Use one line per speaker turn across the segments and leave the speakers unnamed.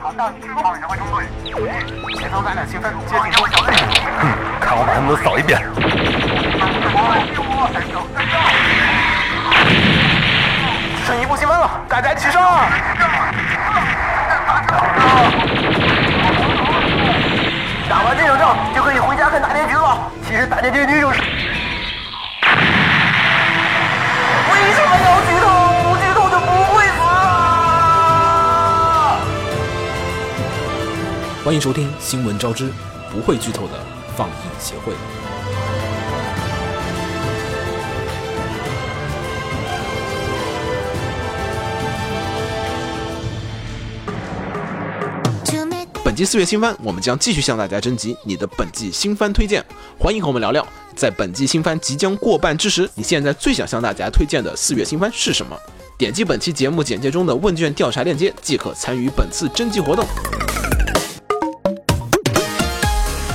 好，到你这个方指挥中队，前头咱俩兴奋，接近我小队。
看我把他们都扫一遍。
剩一步积分了，大家齐上！打完这场仗就可以回家看大结局了。其实大结局就是……为什么要剧透？不剧透就不会死啊！
欢迎收听《新闻招之》，不会剧透的放映协会。本季四月新番，我们将继续向大家征集你的本季新番推荐，欢迎和我们聊聊，在本季新番即将过半之时，你现在最想向大家推荐的四月新番是什么？点击本期节目简介中的问卷调查链接，即可参与本次征集活动。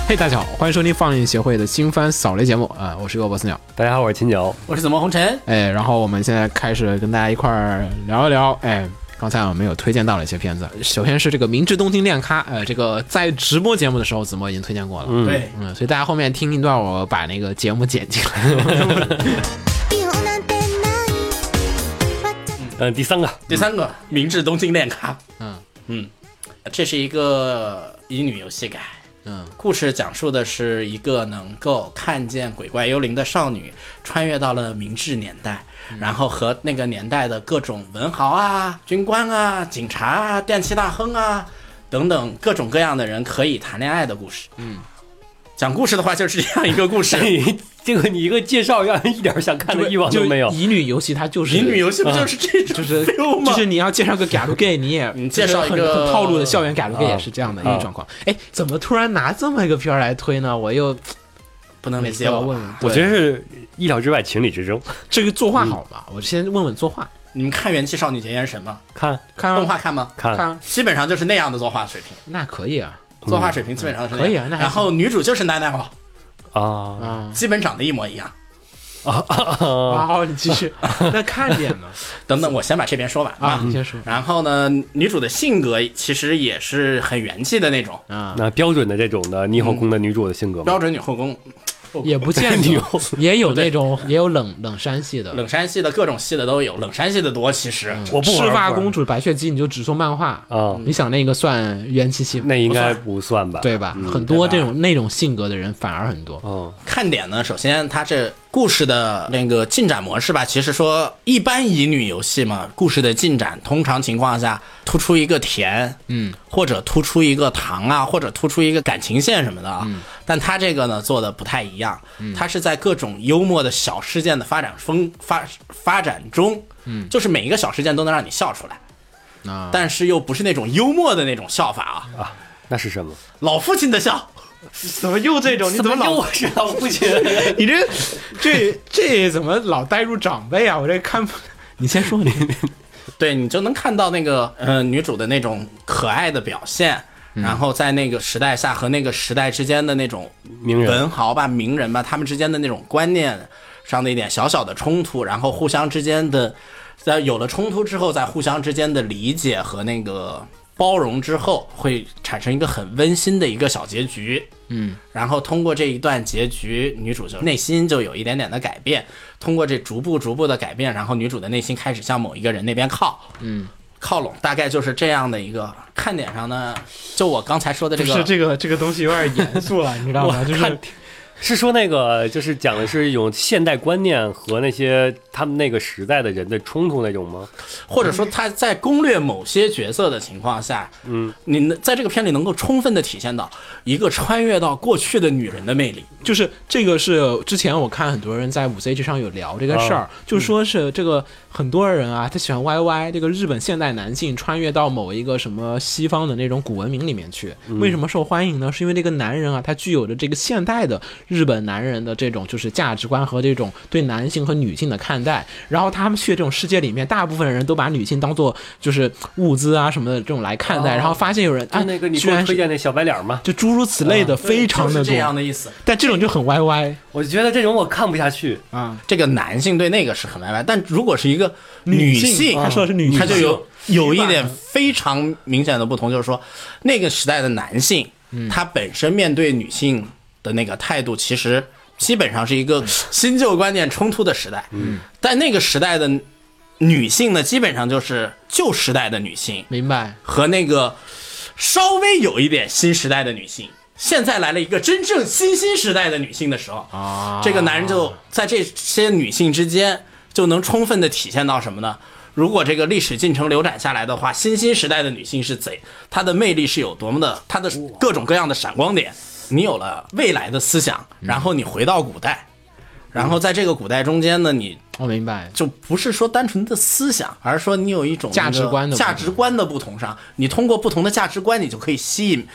嘿、大家好，欢迎收听放映协会的新番扫雷节目啊、我是恶波斯鸟。
大家好，我是秦鸟。
我是紫梦红尘，
哎，然后我们现在开始跟大家一块儿聊一聊，哎。刚才我们有推荐到了一些片子，首先是这个《明治东京恋咖》，呃，这个在直播节目的时候，子墨已经推荐过了，嗯
对，
嗯，所以大家后面听一段，我把那个节目剪进来。
嗯，第三个，
第三个《明治东京恋咖》，
嗯
嗯，这是一个乙女游戏改，
嗯，
故事讲述的是一个能够看见鬼怪幽灵的少女，穿越到了明治年代，
嗯
然后和那个年代的各种文豪啊、军官啊、警察啊、电器大亨啊等等各种各样的人可以谈恋爱的故事。嗯，讲故事的话就是这样一个 故事。
这个你一个介绍让人一点想看的欲望
就
都没有。
乙女游戏它就是
乙女游戏不就是这种
就是
feel 吗？
就是你要介绍个 g a l gay，你也
你介绍一个
就是很很套路的校园 g a l gay
啊
也是这样的一个状况。哎，怎么突然拿这么一个片儿来推呢？我又
不能理解
要
我吧。
问问，
我
对
觉得是意料之外，情理之中。
这个作画好吗？我先问问作画，
你们看《元气少女结缘神》吗？
看啊
看
动画看啊吗？
看，
看啊
基本上就是那样的作画水平，
那可以啊
作画水平基本上是那样
可以啊那还
然后女主就是奈奈哦，
啊
啊。
基本长得一模一样。
啊！
哇哦，你继续，那看点呢？
等等，我先把这边说完
啊，你先说
然后呢，女主的性格其实也是很元气的那种，
啊，
那标准的这种的霓虹宫的女主的性格
标
吗？
准女后宫，
也不见得
你又，
也有那种也有冷冷山系的，
冷杉系的各种系的都有，冷杉系的多。其实
嗯
我不玩
赤发
不玩
公主、白雪姬，你就只说漫画
啊嗯
你想那个算元气系吗
那应该不算吧？
对吧？很多这种那种性格的人反而很多。
嗯，
看点呢，首先它这故事的那个进展模式吧，其实说一般乙女游戏嘛，故事的进展通常情况下突出一个甜，嗯，或者突出一个糖啊，或者突出一个感情线什么的啊。但它这个呢做的不太一样，它是在各种幽默的小事件的发展风发发展中，嗯，就是每一个小事件都能让你笑出来，
啊，
但是又不是那种幽默的那种笑法啊，
那是什么？
老父亲的笑。怎么又这种？你怎么老
又是老父 亲？
你这这这怎么老带入长辈啊？我这看不，你先说你
对你就能看到那个呃女主的那种可爱的表现，
嗯
然后在那个时代下和那个时代之间的那种
名人
文豪吧、名人吧，他们之间的那种观念上的一点小小的冲突，然后互相之间的在有了冲突之后，在互相之间的理解和那个包容之后，会产生一个很温馨的一个小结局。嗯，然后通过这一段结局，女主就内心就有一点点的改变，通过这逐步逐步的改变，然后女主的内心开始向某一个人那边靠。嗯。靠拢大概就是这样的一个看点上呢，就我刚才说的这个，
个这个东西有点严肃了，你知道吗？就是
是说那个就是讲的是一种现代观念和那些他们那个时代的人的冲突那种吗？
或者说他在攻略某些角色的情况下，嗯，你能在这个片里能够充分的体现到一个穿越到过去的女人的魅力。
就是这个是之前我看很多人在五 C G 上有聊这个事
啊
儿，
嗯
就说是这个很多人啊，他喜欢 YY 这个日本现代男性穿越到某一个什么西方的那种古文明里面去，
嗯
为什么受欢迎呢？是因为这个男人啊，他具有着这个现代的日本男人的这种就是价值观和这种对男性和女性的看待，然后他们去这种世界里面，大部分人都把女性当做就是物资啊什么的这种来看待，
哦
然后发现有人啊
就，那个你
居
给我
然
推
是
荐那嗯小白脸吗？
就诸如此类的，非常
就
的
是
多
这。样的意思。
但这种就很 YY
我觉得这种我看不下去。
啊，
这个男性对那个是很歪歪，但如果是一个
女
性，
嗯他说的是女性，
他就有有一点非常明显的不同，就是说那个时代的男性，
嗯
他本身面对女性的那个态度，其实基本上是一个新旧观念冲突的时代。嗯，在那个时代的女性呢，基本上就是旧时代的女性
明白？
和那个稍微有一点新时代的女性。现在来了一个真正新兴时代的女性的时候，
啊
这个男人就在这些女性之间就能充分的体现到什么呢？如果这个历史进程流转下来的话，新兴时代的女性是贼，她的魅力是有多么的，她的各种各样的闪光点。你有了未来的思想，然后你回到古代，然后在这个古代中间呢，你
我明白。
就不是说单纯的思想，而是说你有一种
价值观的
那
不
个
同
价值观的不同上，你通过不同的价值观，你就可以吸引，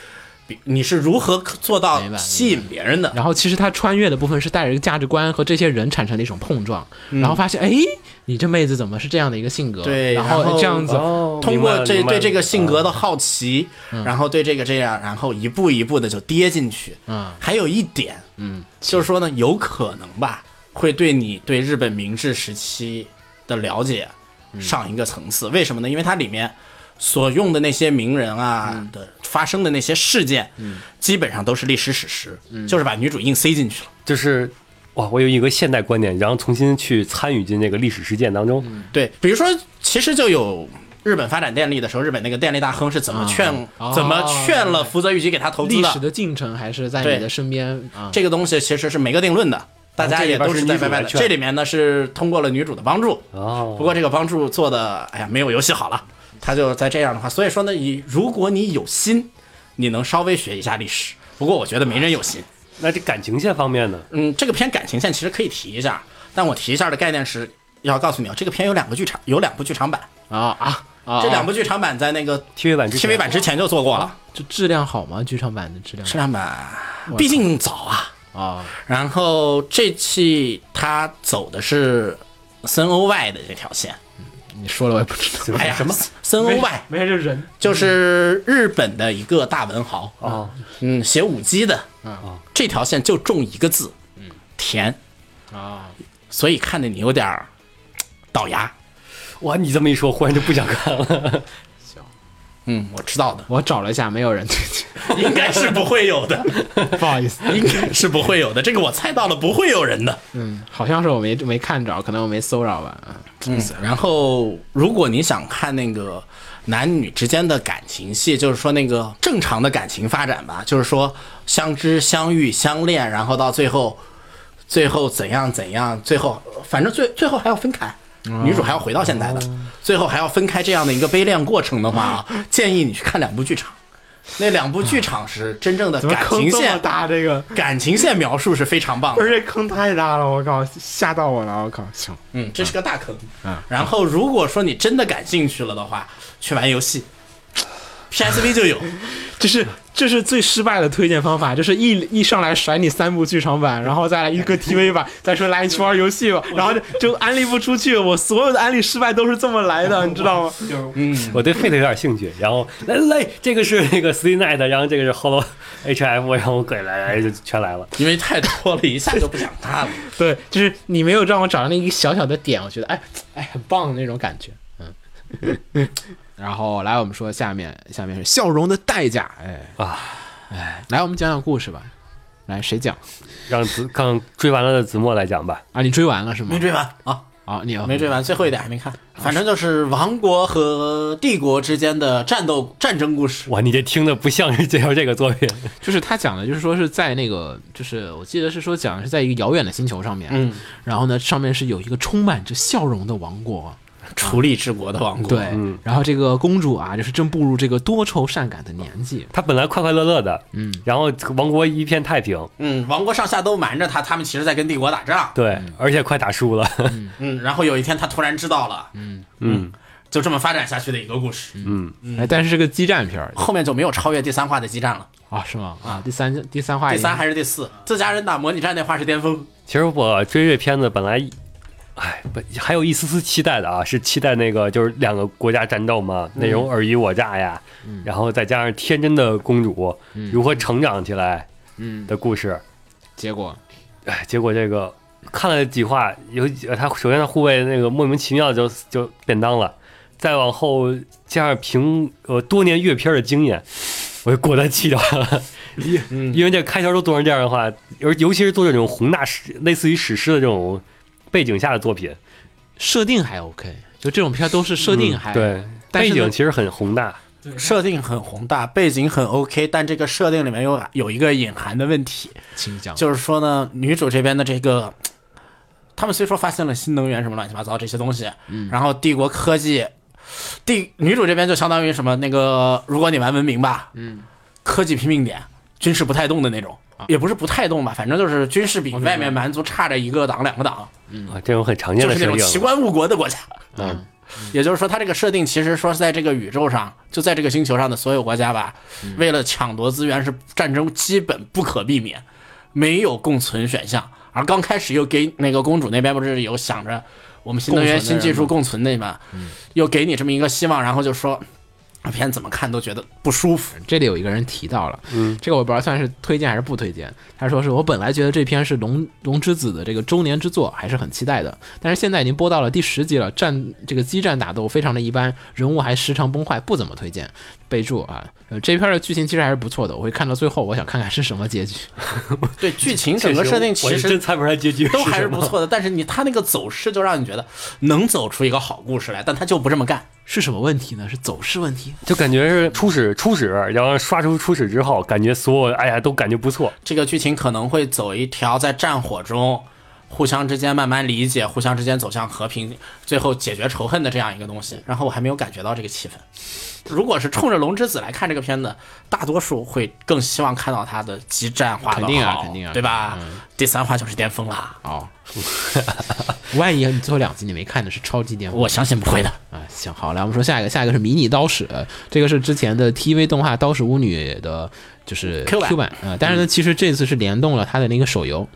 比你是如何做到
明白明白
吸引别人的。
然后其实他穿越的部分是带着一个价值观和这些人产生的一种碰撞，然后发现哎，你这妹子怎么是这样的一个性格？
对
然
然后
这样子，
哦，
通
明白
过
了
这
明白
对
了嗯
这个性格的好奇，然后对这个这样，然后一步一步的就跌进去。
嗯
还有一点，
嗯，
就是说呢，有可能吧，会对你对日本明治时期的了解
嗯
上一个层次。为什么呢？因为它里面所用的那些名人啊、
嗯
的发生的那些事件，基本上都是历史史实，
嗯
就是把女主硬塞进去了。
就是哇，我有一个现代观点，然后重新去参与进这个历史事件当中。
对，比如说，其实就有。日本发展电力的时候，日本那个电力大亨是怎么劝、
啊
怎么劝
哦
了福泽谕吉给他投资
历
的？
史的进程还是在
对
你的身边啊。
这个东西其实是没个定论的，大家也都是在外面的。
啊这里边是女主来劝
这里面呢是通过了女主的帮助，
哦，
不过这个帮助做的，哎呀，没有游戏好了。他就在这样的话，所以说呢，你如果你有心，你能稍微学一下历史。不过我觉得没人有心。
那这感情线方面呢？
嗯，这个片感情线其实可以提一下，但我提一下的概念是要告诉你啊，这个片有两个剧场，有两部剧场版，
啊啊
哦
啊！
这两
部
部剧场版在那个
TV 版之前哦
TV 版之前就做过了，
这质量好吗？剧场版的质量
质量版毕竟早啊。
啊
然后这期他走的是森欧外的这条线，
你说了我也不 知道。
什么
哎呀，
什么？
森欧外
没这人
就是日本的一个大文豪，
哦，
嗯，写舞姬的，
嗯
这条线就中一个字，甜，哦
啊，，
所以看得你有点儿倒牙。
哇，你这么一说，忽然就不想看了。
嗯，我知道的
我找了一下，没有人推荐，
应该是不会有的，
不好意思。
应该是不会有的，这个我猜到了，不会有人的。
嗯，好像是我没没看着，可能我没搜着吧。嗯
嗯，然后如果你想看那个男女之间的感情戏，就是说那个正常的感情发展吧，就是说相知、相遇、相恋，然后到最后，最后怎样怎样，最后反正最最后还要分开，女主还要回到现代的，最后还要分开这样的一个悲恋过程的话 啊，建议你去看两部剧场，那两部剧场是真正的感情线，
大？这个
感情线描述是非常棒的。
是这坑太大了，我靠，吓到我了，我靠！行，
嗯，这是个大坑。
嗯
然后如果说你真的感兴趣了的话，去玩游戏，PSV 就有。
这是这是最失败的推荐方法，就是一一上来甩你三部剧场版，然后再来一个 TV 版，再说来你去玩游戏吧，然后就就安利不出去。我所有的安利失败都是这么来的，你知道 吗？
我对 Fate 有点兴趣，然后来来，这个是那个 Stay Night，然后这个是 Hollow HF，然后鬼来来就全来了。
因为太多了，一下就不想看了。
对，就是你没有让我找到那一个小小的点，我觉得哎哎很棒的那种感觉，嗯。 然后来我们说下面下面是笑容的代价，哎
啊
哎，来我们讲讲故事吧，来谁讲
让子刚追完了的子墨来讲吧。
啊？你追完了是吗
没？追完啊，
啊，你
没追完，最后一点还没看。反正就是王国和帝国之间的战斗战争故事。
哇，你这听的不像是介绍这个作品，
就是他讲的，就是说是在那个，就是我记得是说讲的是在一个遥远的星球上面，嗯，然后呢，上面是有一个充满着笑容的王国，
处理之国的王国，
对，，然后这个公主啊，就是正步入这个多愁善感的年纪，
他本来快快乐乐的，嗯，然后王国一片太平，
嗯，王国上下都瞒着他，他们其实在跟帝国打仗。
对，而且快打输了，
嗯，然后有一天他突然知道了，
嗯，
就这么发展下去的一个故事。
哎，但是是个激战片儿
后面就没有超越第三话的激战了，
啊，是吗？啊，第三第三话已
第
经
三还是第四？自家人打模拟战那话是巅峰。
其实我追这片子本来，哎，不还有一丝丝期待的啊，是期待那个就是两个国家战斗嘛，那种尔虞我诈呀，然后再加上天真的公主如何成长起来
嗯，
的故事，
结果
哎，结果这个看了几话，有几呃他首先他护卫那个莫名其妙就就便当了，再往后加上凭呃多年阅片的经验，我就果断弃掉了。因
嗯
因为这开头都做成这样的话，尤尤其是做这种宏大史，类似于史诗的这种背景下的作品，
设定还 OK，就这种片都是设定还、
嗯对
但
背
是呢
景其实很宏大。
设定很宏大，背景很 OK，但这个设定里面有有一个隐含的问题，
请讲。
就是说呢，女主这边的这个，他们虽说发现了新能源什么乱七八糟这些东西，嗯，然后帝国科技，帝女主这边就相当于什么那个，如果你玩文明吧，嗯，啊科技拼命点，军事不太动的那种，也不是不太动吧，反正就是军事比外面蛮族差着一个档两个档，
啊，这种很常见
就
的
是那
设
种奇
定，
观误国的国家。
嗯，
也就是说，它这个设定其实说是在这个宇宙上，就在这个星球上的所有国家吧，为了抢夺资源是战争基本不可避免，没有共存选项。而刚开始又给那个公主那边不是有想着我们新能源
共存
新
的人
技术共存那嘛，又给你这么一个希望，然后就说，片怎么看都觉得不舒服。
这里有一个人提到了，嗯，这个我不知道算是推荐还是不推荐。他说是我本来觉得这篇是龙《龙之子》的这个周年之作，还是很期待的，但是现在已经播到了第十集了，战这个激战打斗非常的一般，人物还时常崩坏，不怎么推荐。备注啊，呃，这篇的剧情其实还是不错的，我会看到最后，我想看看是什么结局。
对剧情整个设定
我
其
是真
实
猜不出来结局，
都还是不。错的，但是你他那个走势就让你觉得能走出一个好故事来，但他就不这么干。
是什么问题呢？是走势问题。
就感觉是初始初始，然后刷出初始之后，感觉所有哎呀都感觉不错，
这个剧情可能会走一条在战火中互相之间慢慢理解、互相之间走向和平，最后解决仇恨的这样一个东西。然后我还没有感觉到这个气氛。如果是冲着《龙之子》来看这个片子，大多数会更希望看到它的激战画的
肯定啊
好
肯定啊
对吧？第三话就是巅峰啦，
哦，万一你最后两集你没看的是超级 巅峰。
我相信不会的。
啊，行，好，来，我们说下一个，下一个是迷你刀使，呃这个是之前的 TV 动画《刀使巫女》的，就是
Q 版嗯
版啊、呃但是呢，其实这次是联动了它的那个手游，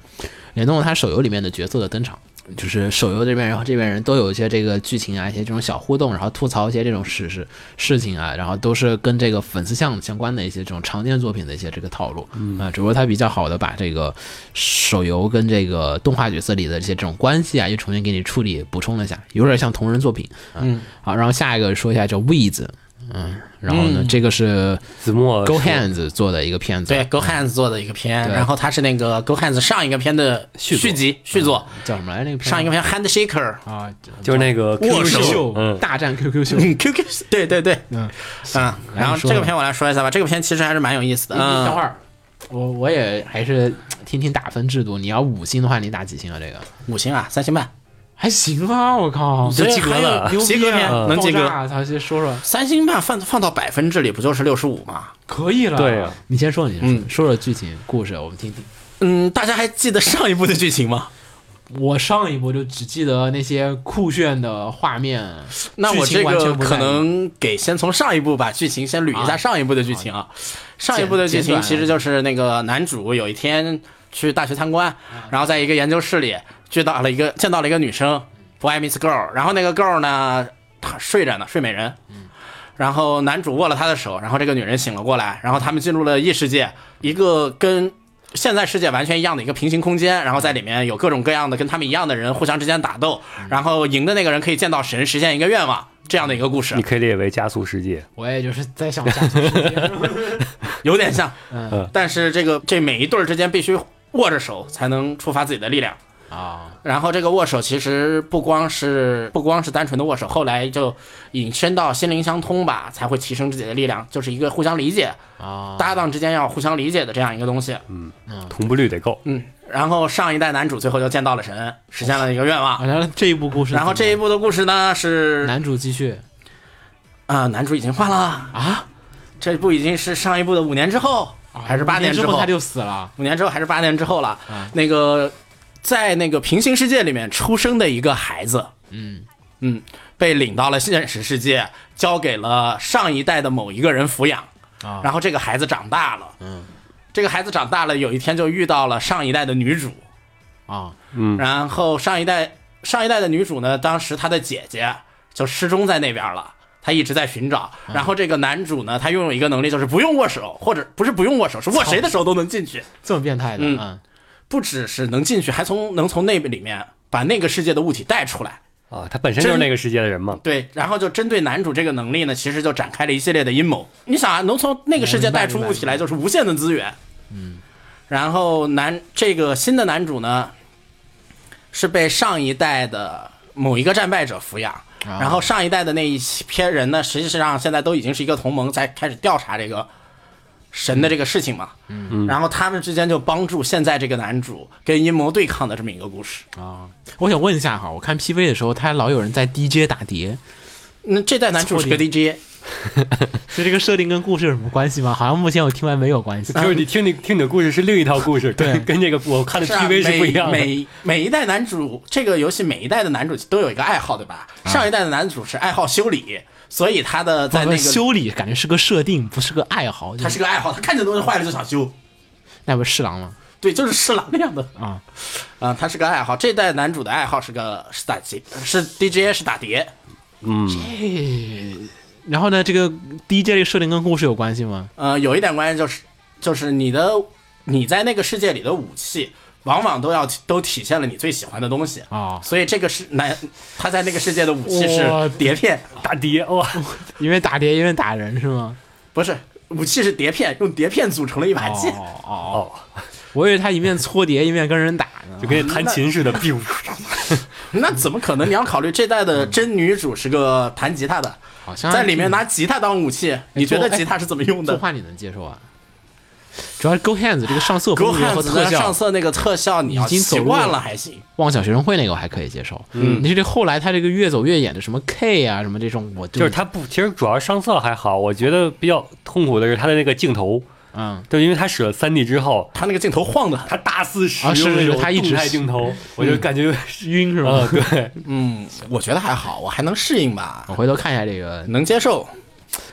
联动了它手游里面的角色的登场，就是手游这边，然后这边人都有一些这个剧情啊，一些这种小互动，然后吐槽一些这种事事事情啊，然后都是跟这个粉丝向相关的一些这种常见作品的一些这个套路，嗯啊，只不过它比较好的把这个手游跟这个动画角色里的这些这种关系啊，又重新给你处理补充了一下，有点像同人作品，嗯，好，然后下一个说一下叫 Weeds，嗯，然后呢，这个是
子墨
Go
是
Hands 做的一个片子，
对，Go Hands 做的一个片，
对
然后它是那个 Go Hands 上一个片的
续作
续集续作，
叫什么来着？那个片子
上一个片 Handshaker，
啊，
就是那个 QQ
握手
秀嗯，
大战 QQ 秀，
嗯，QQ，对 对对，嗯啊，
来
然后
你说
这个
吧
片我来说一下吧，这个片其实还是蛮有意思的。
你等
嗯
会儿，我我也还是听听打分制度。你要五星的话，你打几星啊？这个
五星啊，三星半，
还行吧，我靠，
这及格
还有
了
牛
及
逼
格片
啊！
能及
爆炸
格。
啊！他先说说，
三星半放放到百分制里不就是六十五吗？
可以了。
对啊
你先说，你先说
嗯
说说剧情故事，我们听听。
嗯，大家还记得上一部的剧情吗？
我上一波就只记得那些酷炫的画面，
那我
剧情
这
完
个
全不在
可能给先从上一部把剧情先捋一下
啊
上一部的剧情啊。上一部的剧
简
情
短
其实就是那个男主有一天去大学参观，
嗯
然后在一个研究室里遇到了一个见到了一个女生，不爱 Miss Girl，然后那个 Girl 呢，她睡着呢，睡美人。然后男主握了她的手，然后这个女人醒了过来，然后他们进入了异世界，一个跟现在世界完全一样的一个平行空间，然后在里面有各种各样的跟他们一样的人互相之间打斗，然后赢的那个人可以见到神，实现一个愿望，这样的一个故事
你，可以列为加速世界，
我也就是在想下次时间
有点像。
嗯
但是这个这每一对儿之间必须握着手才能触发自己的力量。
啊，
然后这个握手其实不光是不光是单纯的握手，后来就引申到心灵相通吧，才会提升自己的力量，就是一个互相理解
啊，
搭档之间要互相理解的这样一个东西。
同步率得够。
嗯，然后上一代男主最后就见到了神，实现了一个愿
啊
望。
然后这一部故事怎么
然
样，
后这一部的故事呢是
男主继续
啊、男主已经换了，
啊，哦
这部已经是上一部的五年之后还是八
年
之后
他就死了。
五年之后还是八年之后了。
啊
那个在那个平行世界里面出生的一个孩子，
嗯
嗯，被领到了现实世界，交给了上一代的某一个人抚养。
啊
然后这个孩子长大了，嗯，这个孩子长大了，有一天就遇到了上一代的女主，
啊，
然后上一代上一代的女主呢，当时她的姐姐就失踪在那边了。她一直在寻找，然后这个男主呢，他拥有一个能力，就是不用握手，或者不是不用握手，是握谁的手都能进去。
这么变态的
嗯
啊！
不只是能进去，还从能从那里面把那个世界的物体带出来。
啊，他本身就是那个世界的人嘛，
对，然后就针对男主这个能力呢，其实就展开了一系列的阴谋。你想啊，能从那个世界带出物体来，就是无限的资源。嗯，然后男这个新的男主呢，是被上一代的某一个战败者抚养。
啊
然后上一代的那一批人呢，实际上现在都已经是一个同盟，在开始调查这个神的这个事情嘛。嗯，然后他们之间就帮助现在这个男主跟阴谋对抗的这么一个故事。
啊，我想问一下哈，我看 PV 的时候，他老有人在 DJ 打碟，
那这代男主是个
错
DJ，
所以这个设定跟故事有什么关系吗？好像目前我听完没有关
嗯
系。
就是你听你听你的故事是另一套故事，跟跟这个我看的
是啊
PV 是不一样的。
每每每一代男主，这个游戏每一代的男主都有一个爱好，对吧？
啊
上一代的男主是爱好修理，所以他
哦
的在那个
修理感觉是个设定，不是个爱好。
他是个爱好，他看见东西坏了就想修。
那不是侍郎吗？
对，就是侍郎那样的
啊，
啊、他是个爱好。这代男主的爱好是个是打碟，是 DJ 是打碟，
然后呢，这个 DJ 这个设定跟故事有关系吗？
呃，有一点关系就是就是你的你在那个世界里的武器，往往都要都体现了你最喜欢的东西
啊
哦
所以这个是男他在那个世界的武器是
哇
碟片，
大爹哇，
嗯
因为打碟，因为打人是吗？
不是武器是碟片，用碟片组成了一把剑。
哦哦，
哦，
我以为他一面搓碟一面跟人打呢
就。跟那弹琴似的，biu
那怎么可能？你要考虑这代的真女主是个弹吉他的，
好像
在里面拿吉他当武器，你觉得
哎做
吉他是怎么用
作
的？
画你能接受啊？主要是 Go Hands 这个上色
狗
风格
汉
和
子
特
的上
效，
色那个特效，你要
已经走
习
入
惯了还行。
旺角学生会那个我还可以接受。嗯，你是这后来他这个越走越演的什么 K 啊什么这种，我就
就是他不，其实主要上色还好，我觉得比较痛苦的是他的那个镜头，
嗯，
就因为他使了三 D 之后，
他那个镜头晃的很，
他大肆使
啊是
用
是
那
是
种
他一直
动态
使
镜头，我就感觉
晕是
啊
吗？
对，
嗯，我觉得还好，我还能适应吧
我，回头看一下这个，
能接受。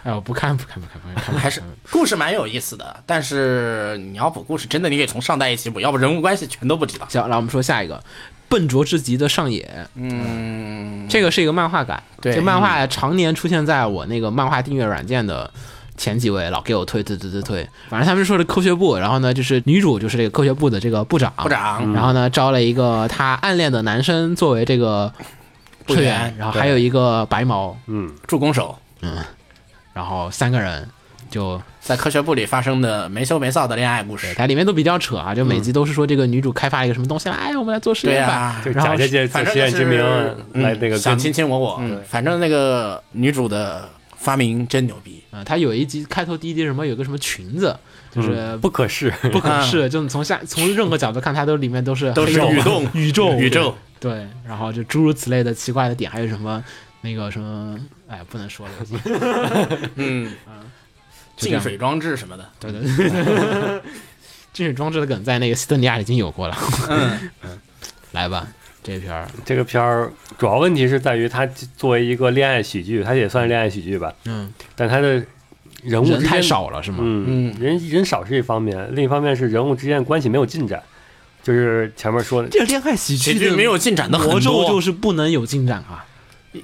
哎，我不看不看不看不看不看，
还是故事蛮有意思的，但是你要补故事，真的你可以从上代一起补，要不人物关系全都不知道。
行，来我们说下一个，笨拙至极的上野。嗯，这个是一个漫画改，
对
这漫画常年出现在我那个漫画订阅软件的。前几位老给我推推推推推，反正他们说的科学部，然后呢，就是女主就是这个科学部的这个部长，
部长
然后呢，招了一个她暗恋的男生作为这个
部
队
员
员，然后
对
还有一个白毛，
嗯，
助攻手
然后三个人就
在科学部里发生的没羞没臊的恋爱故事，
它里面都比较扯啊，就每集都是说这个女主开发一个什么东西来，哎，我们来做实验
嗯对
吧
啊，
就
然后
假借这
反
次
正
实
嗯
验之名来那个
想
跟
亲亲我我，嗯，反正那个女主的发明真牛逼，
啊，他有一集开头第一集什么有个什么裙子，就是
嗯
不
不可视，
不可视，就你从下从任何角度看，它都里面都是
都是
黑洞
宇宙
宇宙
宇宙，
对，然后就诸如此类的奇怪的点，还有什么那个什么，哎，不能 说了，已经
嗯，
就这样
净水装置什么的，
对对对。 这种装置的梗在那个西德尼亚已经有过了，
嗯，
来吧，这篇儿
这个片儿主要问题是在于它作为一个恋爱喜剧，它也算是恋爱喜剧吧，
嗯，
但它的人物
人
之
太
间，
少了是吗？
嗯
嗯
人人少是一方面，另一方面是人物之间的关系没有进展，就是前面说的，
这个恋爱喜
喜剧没有进展的很
魔咒就
多，
是不能有进展啊，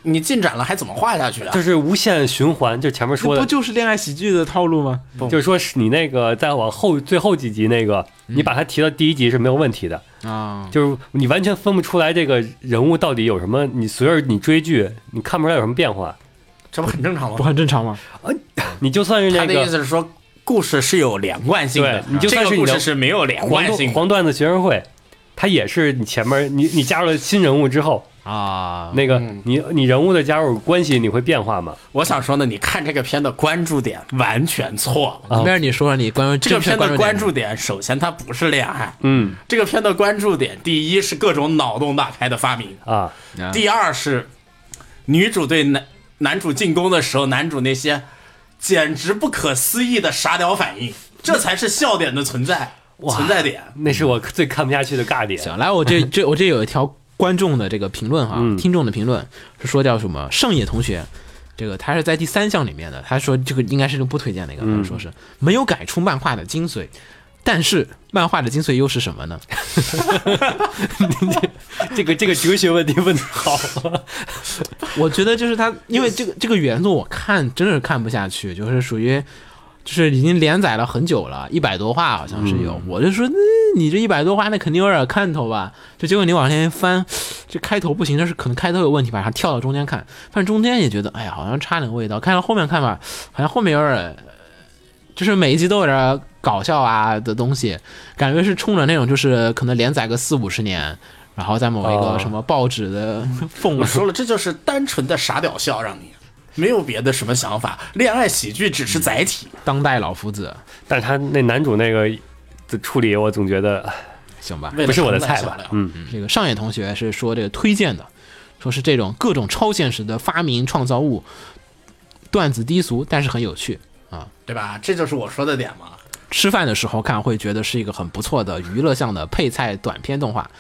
你进展了还怎么画下去啊
就？是无限循环，就前面
这
说的
不，就是恋爱喜剧的套路吗？
就是说是你那个再往后最后几集那个，你把它提到第一集是没有问题的，
啊，
就是你完全分不出来这个人物到底有什么，你随着你追剧，你看不出来有什么变化。
这不很正常吗
不？很正常吗？
你就算是
他
那
的意
个
思是说，故事是有连贯性的
对，你就
这
算
个
是你
故
的
事是没有连
黄
贯
段
性的。
黄段子学生会，它也是你前面你你加入了新人物之后，
啊，
那个你你人物的加入关系你会变化吗？
我想说呢，你看这个片的关注点完全错了。
啊
那边你说说你关于
这个片的关
关
注点，首先它不是恋爱，
嗯
这个片的关注点，第一是各种脑洞大开的发明，
啊，
啊
第二是女主对男男主进攻的时候，男主那些简直不可思议的傻屌反应，这才是笑点的存在存在点。
那是我最看不下去的尬点。
行，来我这这我这有一条观众的这个评论哈，
嗯
听众的评论是说叫什么上野同学。这个他是在第三项里面的，他说这个应该是个不推荐的一个，他说是没有改出漫画的精髓，但是漫画的精髓又是什么呢？
这个这个哲学问题问的好，
我觉得就是他，因为这个这个原作我看真的是看不下去，就是属于就是已经连载了很久了，一百多话好像是有。我就说，那你这一百多话，那肯定有点看头吧？就结果你往前翻，这开头不行，这是可能开头有问题吧？然后跳到中间看，但中间也觉得，哎呀，好像差点味道。看到后面看吧，好像后面有点，呃就是每一集都有点搞笑啊的东西，感觉是冲着那种就是可能连载个四五十年。然后在某一
哦
个什么报纸的 缝
我
里
说了，这就是单纯的傻屌笑，让你没有别的什么想法。恋爱喜剧只是载体，
当代老夫子，
但是他那男主那个的处理，我总觉得哎
行吧？
为了
不是我的菜
承载
吧
笑料？
嗯，
这个上野同学是说这个推荐的，说是这种各种超现实的发明创造物，段子低俗，但是很有趣。
对吧？这就是我说的点嘛。
吃饭的时候看会觉得是一个很不错的娱乐向的配菜短片动 画。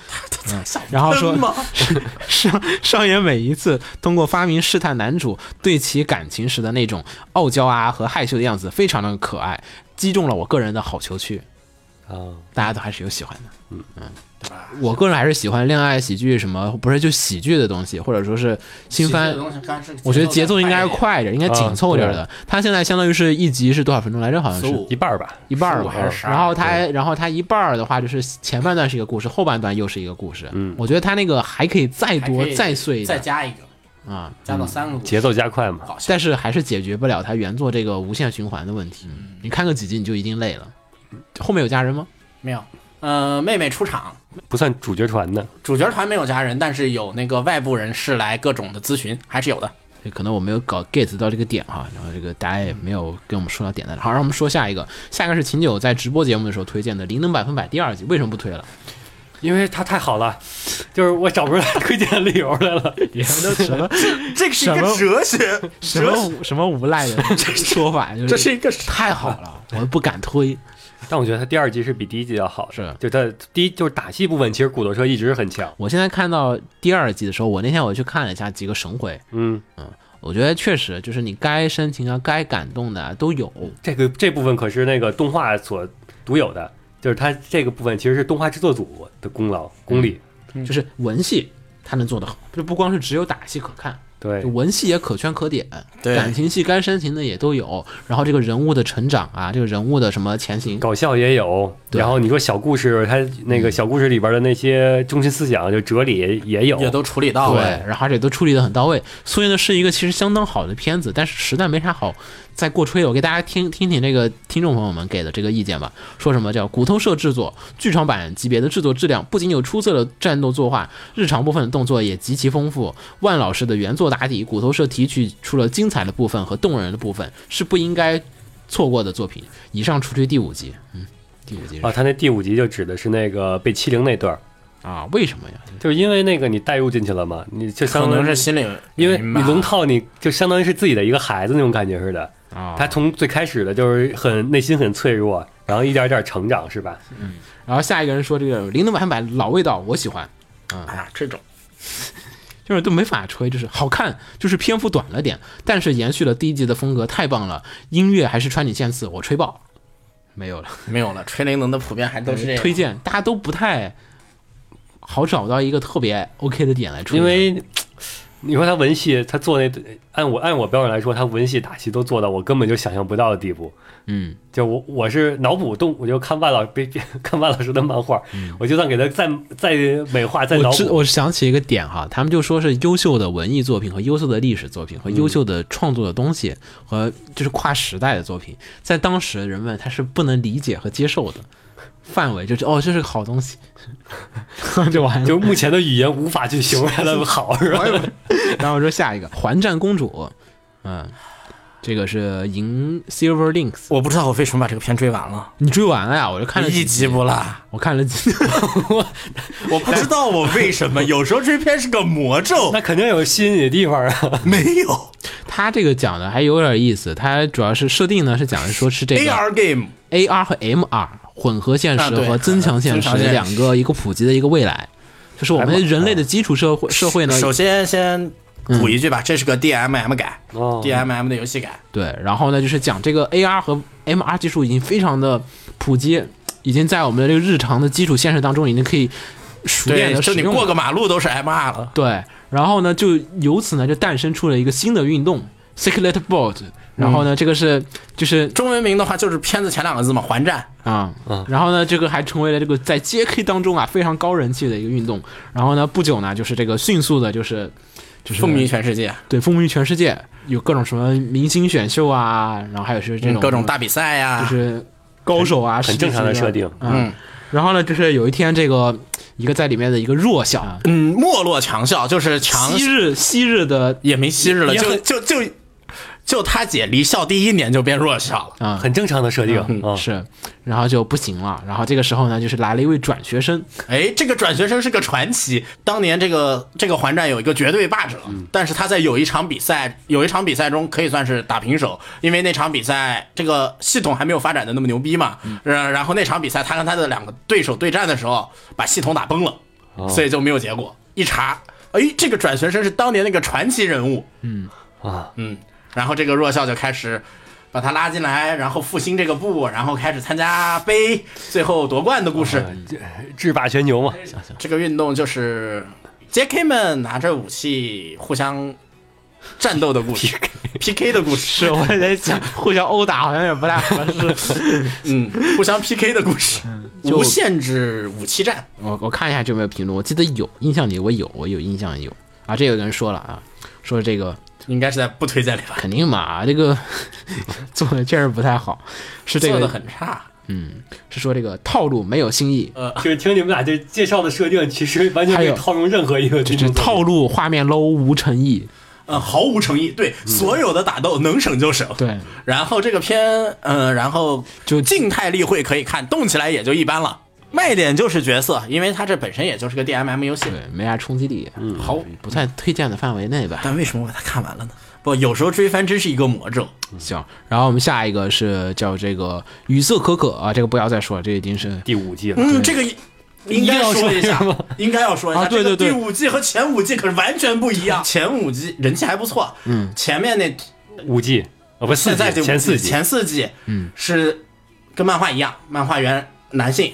嗯然后说
真吗？
上上野每一次通过发明试探男主对其感情时的那种傲娇啊和害羞的样子，非常的可爱，击中了我个人的好球区。
啊，
大家都还是有喜欢的。嗯
对吧？
我个人还是喜欢恋爱喜剧什么，不是就喜剧的东西，或者说是新
喜
番
剧的。东西干是
我觉得节奏应该是快一点，应该紧凑点
啊
的。它现在相当于是一集是多少分钟来着？好像
十
是
五
一半儿吧，
一半儿吧
15还是。12
然后它，然后它一半儿的话，就是前半段是一个故事，后半段又是一个故事。嗯，我觉得它那个还可以再
还可
多
以
再碎一
再
点
加一个，
啊，
加到三个故事
节奏加快嘛。
搞笑。
但是还是解决不了它原作这个无限循环的问题。
嗯
你看个几集你就已经累了。后面有家人吗？
没有，呃，妹妹出场，
不算主角团的，
主角团没有家人，但是有那个外部人士来各种的咨询，还是有的。
可能我没有搞 get 到这个点哈，然后这个大家也没有跟我们说到点在哪。好，让我们说下一个，下一个是秦九在直播节目的时候推荐的《灵能百分百》第二季，为什么不推了？
因为他太好了，就是我找不出来推荐的理由来了。
别人都什么
这个
什么
哲学，
什么什么无赖的说法，就是
这是一个
太好了，我不敢推。
但我觉得他第二集是比第一集要好的，
是
就他第一就是打戏部分，其实骨头车一直是很强。
我现在看到第二季的时候，我那天我去看了一下几个神回，
嗯，
我觉得确实就是你该深情啊、该感动的啊都有。
这个这部分可是那个动画所独有的，就是他这个部分其实是动画制作组的功劳功力。
嗯
就是文戏他能做得好，就不光是只有打戏可看，
对
就，文戏也可圈可点，
对
感情戏该深情的也都有，然后这个人物的成长啊，这个人物的什么前行，
搞笑也有，
对
然后你说小故事，他那
嗯
个小故事里边的那些中心思想，就哲理也有，
也都处理到
对
了。，
啊然后而且都处理得很到位，所以呢是一个其实相当好的片子，但是实在没啥好再过吹的。我给大家听听听这个听众朋友们给的这个意见吧，说什么叫骨头社制作剧场版级别的制作质量，不仅有出色的战斗作画，日常部分的动作也极其丰富。万老师的原作打底，骨头社提取出了精彩的部分和动人的部分，是不应该错过的作品。以上除去第五集，嗯，第五集是
啊，他那第五集就指的是那个被欺凌那段儿，
啊，为什么呀？
就是因为那个你带入进去了嘛，你就
嗯可
相
能
当
是
于
心里，
因为
哎
你
妈
龙套，你就相当于是自己的一个孩子那种感觉似的。
啊，
他从最开始的就是很内心很脆弱，然后一点一点成长，是吧？
嗯然后下一个人说这个零能百分百老味道，我喜欢。
哎呀，这种
就是都没法吹，就是好看，就是篇幅短了点，但是延续了第一季的风格，太棒了！音乐还是川井宪次，我吹爆，没有了。
没有了。吹铃能的普遍还都是这样
推荐，大家都不太好找到一个特别 OK 的点来吹，
因为你说他文戏，他做那按我按我标准来说，他文戏打戏都做到我根本就想象不到的地步。
嗯，
就我我是脑补动，我就看万老别 别看万老师的漫画，我就算给他再再美化再脑
嗯我知
补，
我想起一个点哈，他们就说是优秀的文艺作品和优秀的历史作品和优秀的创作的东西和就是跨时代的作品，在当时人们他是不能理解和接受的范围，就是哦这是个好东西， 就完了。
就是目前的语言无法去形容它的好，是吧？
然后我说下一个《环战公主》，嗯，这个是银 Silver Links。
我不知道我为什么把这个片追完了，
你追完了呀？我就看了几
一集不落。
我看了几集，
我不知道我为什 么，有时候追片是个魔咒，
那肯定有吸引你的地方啊！
没有
他这个讲的还有点意思。他主要是设定呢，是讲的说是这个
AR game，
AR 和 MR 混合现
啊
实
对
和增强现实
增强现实哦
两个一个普及的一个未来，就是我们人类的基础社会社会呢，
首先先补一句吧，这是个 DMM 改
哦，
，DMM 的游戏改，
对，然后呢，就是讲这个 AR 和 MR 技术已经非常的普及，已经在我们的这个日常的基础现实当中已经可以熟练
对，
的
就
使
你
用了。
过个马路都是挨骂了。
对，然后呢，就由此呢就诞生出了一个新的运动 Secret Board，然
嗯
后呢，这个是就是
中文名的话就是片子前两个字嘛，还债。
啊，
嗯
然后呢，这个还成为了这个在 JK 当中啊非常高人气的一个运动。然后呢，不久呢，就是这个迅速的，就是就是
风靡全世界，
对风靡全世界，有各种什么明星选秀啊，然后还有是这种
嗯各种大比赛呀、
就是高手啊，
很正常的设定
世界级啊。嗯，然后呢，就是有一天这个一个在里面的一个弱小，
嗯，没落强校就是强
昔日昔日的
也没昔日了，
也
就
很
就就就他姐离校第一年就变弱校了。
啊，
很正常的设定啊。
是，然后就不行了。然后这个时候呢，就是来了一位转学生，
哎，这个转学生是个传奇。当年这个这个环战有一个绝对霸者，但是他在有一场比赛有一场比赛中可以算是打平手，因为那场比赛这个系统还没有发展的那么牛逼嘛。然然后那场比赛他跟他的两个对手对战的时候，把系统打崩了，所以就没有结果。一查，哎，这个转学生是当年那个传奇人物。
啊，
嗯，然后这个弱校就开始把他拉进来，然后复兴这个部，然后开始参加杯，最后夺冠的故事。
制霸全球嘛，
这个运动就是 J.K. 们拿着武器互相战斗的故事 ，PK 的故 事，
是我也在 想互相殴打好像也不太合适。
嗯，互相 PK 的故事，
嗯就
无限制武器战。
我我看一下有没有评论，我记得有印象里我有，我有印象有啊。这有个人说了啊，说这个
应该是在不推荐里吧，
肯定嘛，这个 做的确实不太好，是这
做的
个
很差。
是说这个套路没有新意，
就是听你们俩这介绍的设定，其实完全可以套用任何一个这
就是
种
套路画面 low 无诚意。
呃，毫无诚意，
嗯
对、所有的打斗能省就省。
对，
然后这个片，呃，然后
就
静态例会可以看，动起来也就一般了。卖点就是角色，因为它这本身也就是个 DMM 游戏。
对，没啥冲击力，
好，
不在推荐的范围内吧。
但为什么我把它看完了呢？不，有时候追番真是一个魔咒。
行，然后我们下一个是叫这个语色可可啊，这个不要再说了，这已经是
第五季了。
嗯，这个应该说
一定要说
一下
一下 吗，
应该要说一下。
啊对对对
这个第五季和前五季可是完全不一样。前五季人气还不错，嗯，前面那
五季哦，不四
现在
季
这
前四
四
季
前四季，嗯，是跟漫画一样，漫画原男性，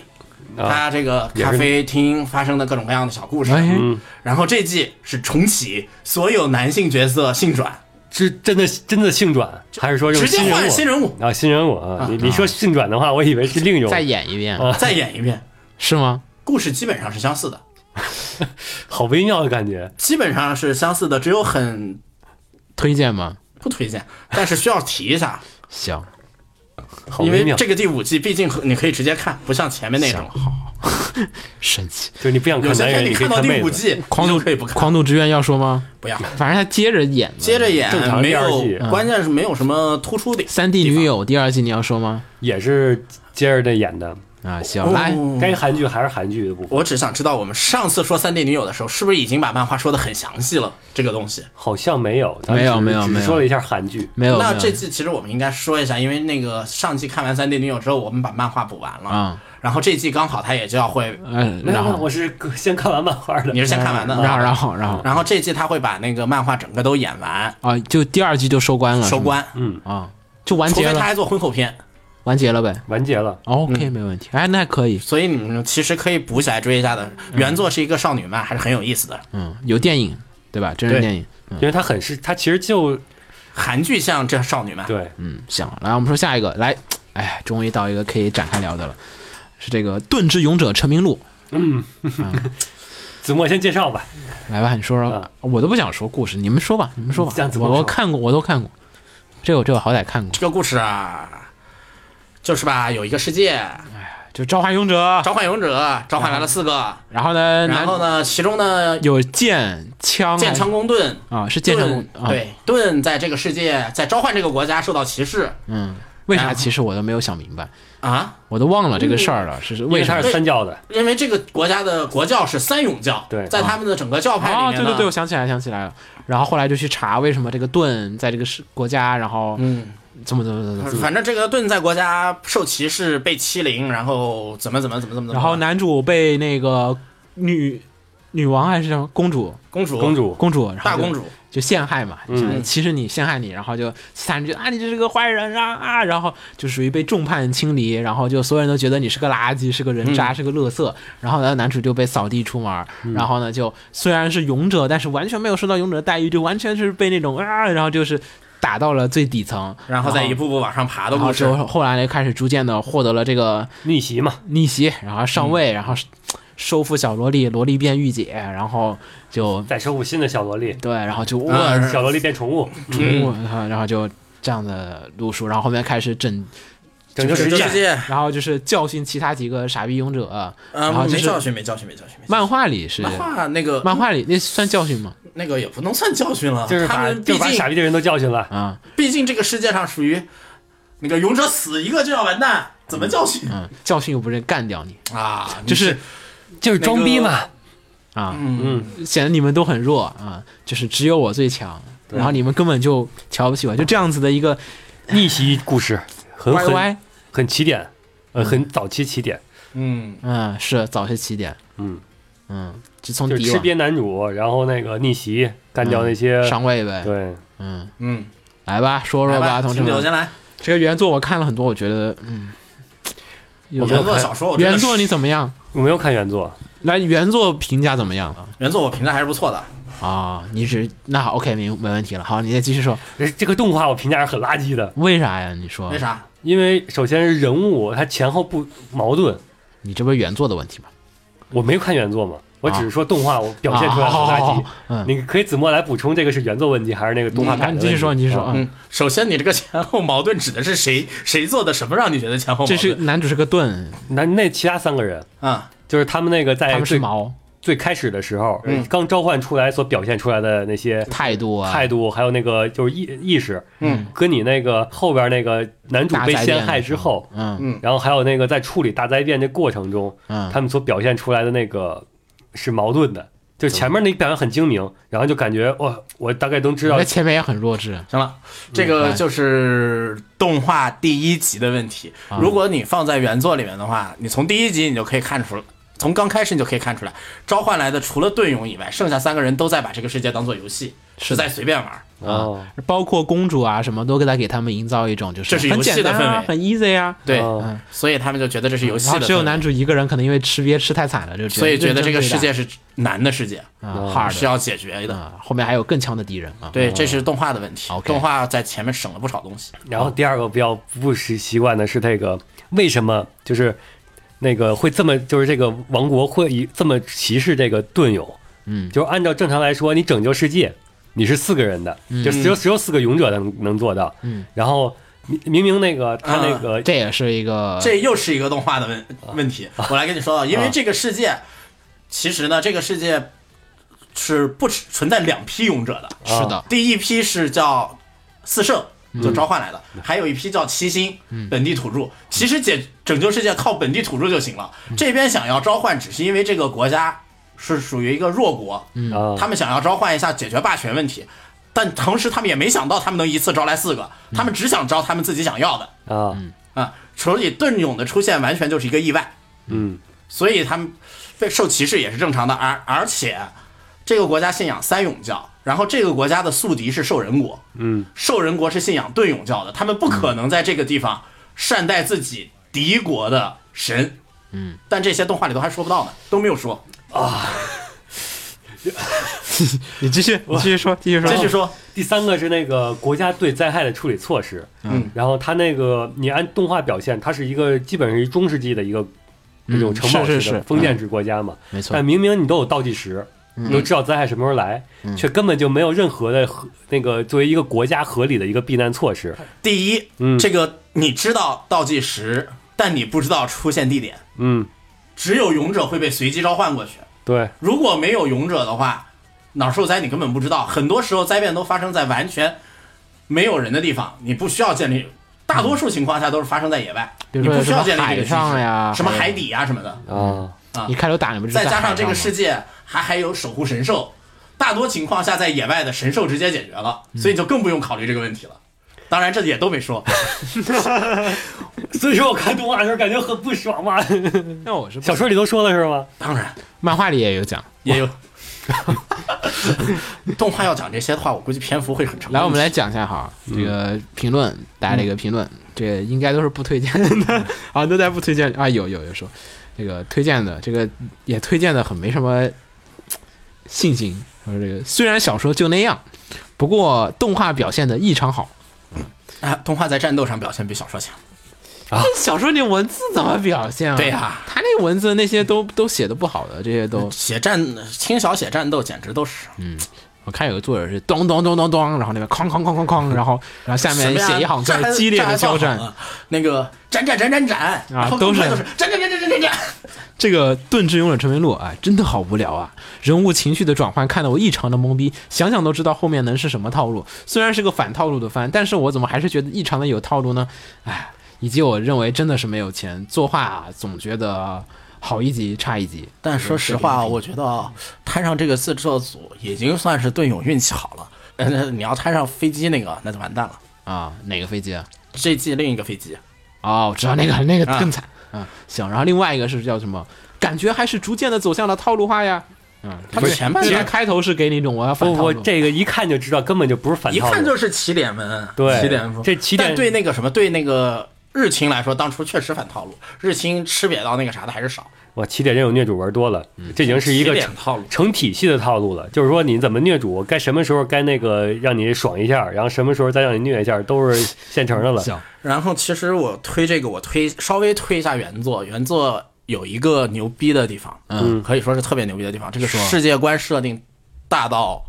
啊，
他这个咖啡厅发生的各种各样的小故事。
哎，
然后这季是重启，所有男性角色性转，
是真的真的性转，还是说这
直
种
接换新
新人
人物，
物啊？新人物啊，你你说性转的话，我以为是另一种
再演一遍，
啊
再演一遍。
是吗？
故事基本上是相似的，
好微妙的感觉。
基本上是相似的，只有很
推荐吗？
不推荐，但是需要提一下，
行，
好
因
微
为
妙，
这个第五季毕竟和你可以直接看，不像前面那种
行，好，神奇。
就是你不想
有
看
些
男
片
人，
你
你可以
看到第
妹
五
子。
季，
狂
你
怒
就可以不看，
狂怒之愿要说吗？
不要
反正他接着演嘛，
接着演
正常，
没
第二
有
嗯
季，
关键是没有什么突出的地方。
三 D 女友第二季你要说吗？
也是接着这演的，
啊，行，
哦
来，
该韩剧还是韩剧的部分，
我只想知道，我们上次说三 D 女友的时候，是不是已经把漫画说的很详细了？这个东西，
好像没有，咱
没有
只
没有
只
没有
说了一下韩剧，
没有，
那
没有
这季其实我们应该说一下，因为那个上季看完《三 D 女友》之后，我们把漫画补完了，
啊
然后这季刚好它也就要会，
嗯，
没有
然
没有
后
我是先看完漫画的啊
你，是先看完的，啊
然后然后然后
然后这季它会把那个漫画整个都演完
啊，就第二季就收官了，
收官，
是吗啊，就完
除
结
非嗯它
了，
还做婚后篇，
完结了呗。
完结了，
OK，没问题，哎，那可以，
所以你们其实可以补起来追一下的。原作是一个少女漫，还是很有意思的。
嗯，有电影对吧？真人
对
电影，
因为它很是，它其实就
韩剧像这少女漫，
对
嗯，行，来，我们说下一个，来，哎，终于到一个可以展开聊的了，是这个《盾之勇者成名录
子墨先介绍吧，》，
来吧，你说说
啊，
我都不想说故事，你们说吧，你们说吧
这样，子
我
我
我
说
看过，我都看过，这个这个好歹看过，
这个故事啊，就是吧，有一个世界，
啊就《召唤勇者》，
召唤勇者召唤来了四个，
然后呢，
然后
呢，
呢，其中呢
有剑枪，
剑枪弓盾，
啊，是剑枪
盾
啊，，
对盾在这个世界，在召唤这个国家受到歧视
嗯，为
然
啥
后
其实我都没有想明白，
啊，
我都忘了这个事
嗯
儿了，是是为哦
因
啥
它？是三教的，
因为这个国家的国教是三勇教，
对
在他们的整个教派
啊，
里面
对
呢，
对对，我想起来，想起来了。然后后来就去查为什么这个盾在这个是国家，然后
嗯，
怎么怎么怎么怎么，
反正这个盾在国家受歧视、被欺凌，然后怎么怎么怎么怎么怎么，
然后男主被那个女女王还是什么公主
公主
公主
公主然后
大
就
公主
就陷害嘛，
嗯
就是歧视你陷害你，然后就其他人觉得啊你这是个坏人啊啊，然后就属于被众叛亲离，然后就所有人都觉得你是个垃圾，是个人
嗯
渣，是个垃圾，然后呢男主就被扫地出门儿，然后呢就虽然是勇者，但是完全没有受到勇者的待遇，就完全是被那种啊，然后就是。打到了最底层，
然后再一步步往上爬的
然
故
后
事
之。后后来呢，开始逐渐的获得了这个
逆袭嘛，
逆袭，然后上位，然后收复小萝莉，萝莉变御姐，然后就
再收复新的小萝莉，嗯
对，然后就哇，
啊
小萝莉变宠物，嗯
宠
嗯
物，然后然后就这样的路数，然后后面开始整，
拯救
整
世
个世
界。
界，
然后就是教训其他几个傻逼勇者，然后
嗯，
就
没
是
教训，没教训，没教训，没教训。
漫画里是
漫画那个
漫画里那算教训吗？
那个也不能算教训了，
啊就是
他
把
们
就
毕
是把傻
竟
逼的人都教训了，
啊，
毕竟这个世界上属于那个勇者死一个就要完蛋，怎么教训
嗯，教训又不是干掉你
啊？
就
你
是
是
就是装逼嘛。
啊，
嗯，
显得你们都很弱啊，就是只有我最强，然后你们根本就瞧不起我，就这样子的一个
逆袭故事很
歪
很
歪，
很起点，呃，很早期起点，
嗯，
嗯，是早些起点，
嗯
嗯，就从
就是
底
吃
往
瘪男主，然后那个逆袭干掉那些
上位呗，
对
嗯，
嗯，
来吧，说说
来
吧，
吧，
同志
秦九
们，
先来。
这个原作我看了很多，我觉得，嗯，有
原作小说，我觉得
原作你怎么样？
我没有看原作，
来，原作评价怎么样啊？
原作我评价还是不错的。
啊，你只那好，OK，没没问题了。好，你再继续说，
呃这个动画我评价是很垃圾的，
为啥呀？你说
为，啥？
因为首先是人物它前后不矛盾，
你这不是原作的问题吗？
我没有看原作嘛，我
啊
只是说动画我表现出来
啊
很
哦
好
垃
好
圾
好。嗯，
你可以子墨来补充这个是原作问题还是那个动画
啊
改的
你
问
继
题？
续说，你继续说，
啊
嗯，
嗯，首先你这个前后矛盾指的是谁？谁做的什么让你觉得前后矛
这
盾？
是男主是个盾，
那那其他三个人，
啊，
就是他们那个在
嗯他们是
最
矛，
最开始的时候
嗯，
刚召唤出来所表现出来的那些
态度啊，
态度，还有那个就是意意识，
嗯，
跟你那个后边那个男主
大
被
灾
陷
变
害
的
之
时候
后，
嗯
然后还有那个在处理大灾变这过程中，
嗯，
他们所表现出来的那个是矛盾的。就前面那表现很精明，然后就感觉哇，我大概都知道
那前面也很弱智，
行了，这个就是动画第一集的问题。
啊
如果你放在原作里面的话，你从第一集你就可以看出，从刚开始你就可以看出来，召唤来的除了盾勇以外，剩下三个人都在把这个世界当做游戏，是在随便玩。
哦，
包括公主啊什么，都给他给他们营造一种就
这是
是很
游戏
简单
的氛
啊，
围
很 easy 啊。
对，
哦
嗯，
所以他们就觉得这是游戏
然后
的，
只有男，主一个人，可能因为吃瘪吃太惨了，就
所以觉得这个世
认真对
界是难的世界，
待啊 hard
是要解决的。
啊，后面还有更强的敌人啊。
对，这是动画的问题。
OK
动画在前面省了不少东西。
然后第二个比较不习习惯的是这个，为什么就是那个会这么就是这个王国会以这么歧视这个盾勇？
嗯
就是按照正常来说，你拯救世界，你是四个人的，就只有只有四个勇者能能做到。
嗯，
然后明明明那个他那个、
这也是一个
这又是一个动画的问问题。我来跟你说啊，因为这个世界，其实呢，这个世界是不存存在两批勇者的。
是的，
第一批是叫四圣，就召唤来的；还有一批叫七星，本地土著。其实解拯救世界靠本地土著就行了。这边想要召唤，只是因为这个国家是属于一个弱国，
啊，
他们想要召唤一下解决霸权问题。但同时，他们也没想到他们能一次招来四个，他们只想招他们自己想要的
啊，
嗯
啊。所以盾勇的出现完全就是一个意外。
嗯，
所以他们被受歧视也是正常的。而而且这个国家信仰三勇教，然后这个国家的宿敌是兽人国，
嗯，
兽人国是信仰盾勇教的，他们不可能在这个地方善待自己敌国的神。嗯，但这些动画里都还说不到呢，都没有说。
你继续，你继续说，继续说
继续说，
第三个是那个国家对灾害的处理措施，
嗯，
然后他那个你按动画表现，它是一个基本上是中世纪的一个那种城堡
嗯是是
式的
是嗯
封建制国家嘛，
没错
但，明明你都有倒计时，你都知道灾害什么时候来，却根本就没有任何的合那个作为一个国家合理的一个避难措施。
第一，
嗯
这个你知道倒计时，但你不知道出现地点，
嗯，
只有勇者会被随机召唤过去。
对，
如果没有勇者的话，哪儿受灾你根本不知道。很多时候灾变都发生在完全没有人的地方，你不需要建立。大多数情况下都是发生在野外，
比如
你
说
不需
什么
要建立这
海
个机
上
制
呀，
什么海，底呀、什么的。
啊，
啊
你开头打啊你们
再加上这个世
事，
界还还有守护神兽，大多情况下在野外的神兽直接解决了，
嗯
所以就更不用考虑这个问题了。当然，这也都没说。
所以说我看动画的时候感觉很不爽嘛。
那我是不
小说里都说了是 吗？
当然
漫画里也有讲。
也有。动画要讲这些的话，我估计篇幅会很长。
来，我们来讲一下哈，这个评论，大家这个评论，这应该都是不推荐的 啊，都在不推荐啊，有有有说，这个推荐的，这个也推荐的很没什么呃信心，说这个虽然小说就那样，不过动画表现的异常好，
啊，动画在战斗上表现比小说强。
小说里文字怎么表现啊？
对呀
他那文字那些都都写的不好的，这些都
写战轻小写战斗简直都是，
我看有个作者是咚咚咚咚咚，然后那边哐哐哐哐哐，然后然后下面写一行 字
什么
儿，
呀
激烈的交，
这还
战
这还算
啊
好。呢那个斩斩斩斩斩然后
都是
动画都是斩斩斩斩斩斩斩。
这个《盾之勇者成名录》啊，真的好无聊啊！人物情绪的转换看得我异常的懵逼，想想都知道后面能是什么套路。虽然是个反套路的番，但是我怎么还是觉得异常的有套路呢？哎，以及我认为真的是没有钱作画、啊，总觉得好一集差一集。
但说实话，我觉得啊摊上这个自制作组已经算是队友运气好了。呃，你要摊上飞机那个，那就完蛋了。
啊，哪个飞机啊？
这季另一个飞机，
哦，我知道那个那个
啊
更惨啊行，然后另外一个是叫什么？感觉还是逐渐的走向了套路化呀。嗯，
他
不是
前半
其实
段
开头是给你一种我要反
不
套
不，
路，
这个一看就知道根本就不是反
一
套
看
路，
就是起点文，
对
起点文。
这起点
但对那个什么，对那个日清来说，当初确实反套路。日清吃瘪到那个啥的还是少，
哇，起点这种虐主玩多了，这已经是一个
起点
成
套路
成体系的套路了。就是说你怎么虐主，该什么时候该那个让你爽一下，然后什么时候再让你虐一下，都是现成的了。
行
然后其实我推这个，我推稍微推一下原作，原作有一个牛逼的地方，
嗯，
可以说是特别牛逼的地方。这个
说
世界观设定大到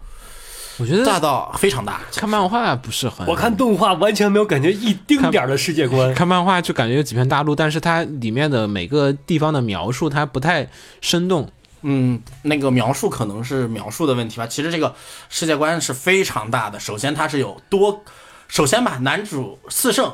我觉
大
得
到非常大，
看漫画不是很
我看动画完全没有感觉一丁点儿的世界观，
看漫画就感觉有几片大陆，但是它里面的每个地方的描述它不太生动。
嗯，那个描述可能是描述的问题吧。其实这个世界观是非常大的。首先，它是有多，首先吧，男主四圣、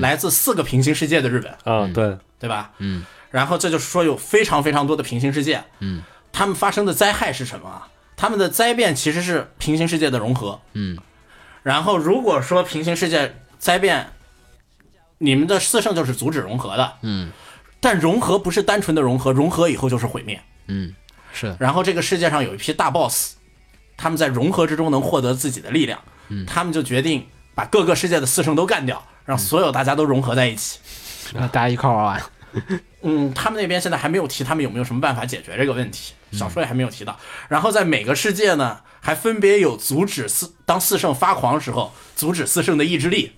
来自四个平行世界的日本，
啊，对，
对吧？嗯。然后这就是说有非常非常多的平行世界，嗯，他们发生的灾害是什么啊？他们的灾变其实是平行世界的融合，嗯。然后如果说平行世界灾变，你们的四圣就是阻止融合的，嗯。但融合不是单纯的融合，融合以后就是毁灭，
是的，
然后这个世界上有一批大 boss，他们在融合之中能获得自己的力量，他们就决定把各个世界的四圣都干掉，让所有大家都融合在一起。
大家一块儿玩玩。
嗯，他们那边现在还没有提他们有没有什么办法解决这个问题，小说也还没有提到。然后在每个世界呢，还分别有阻止四当四圣发狂时候阻止四圣的意志力，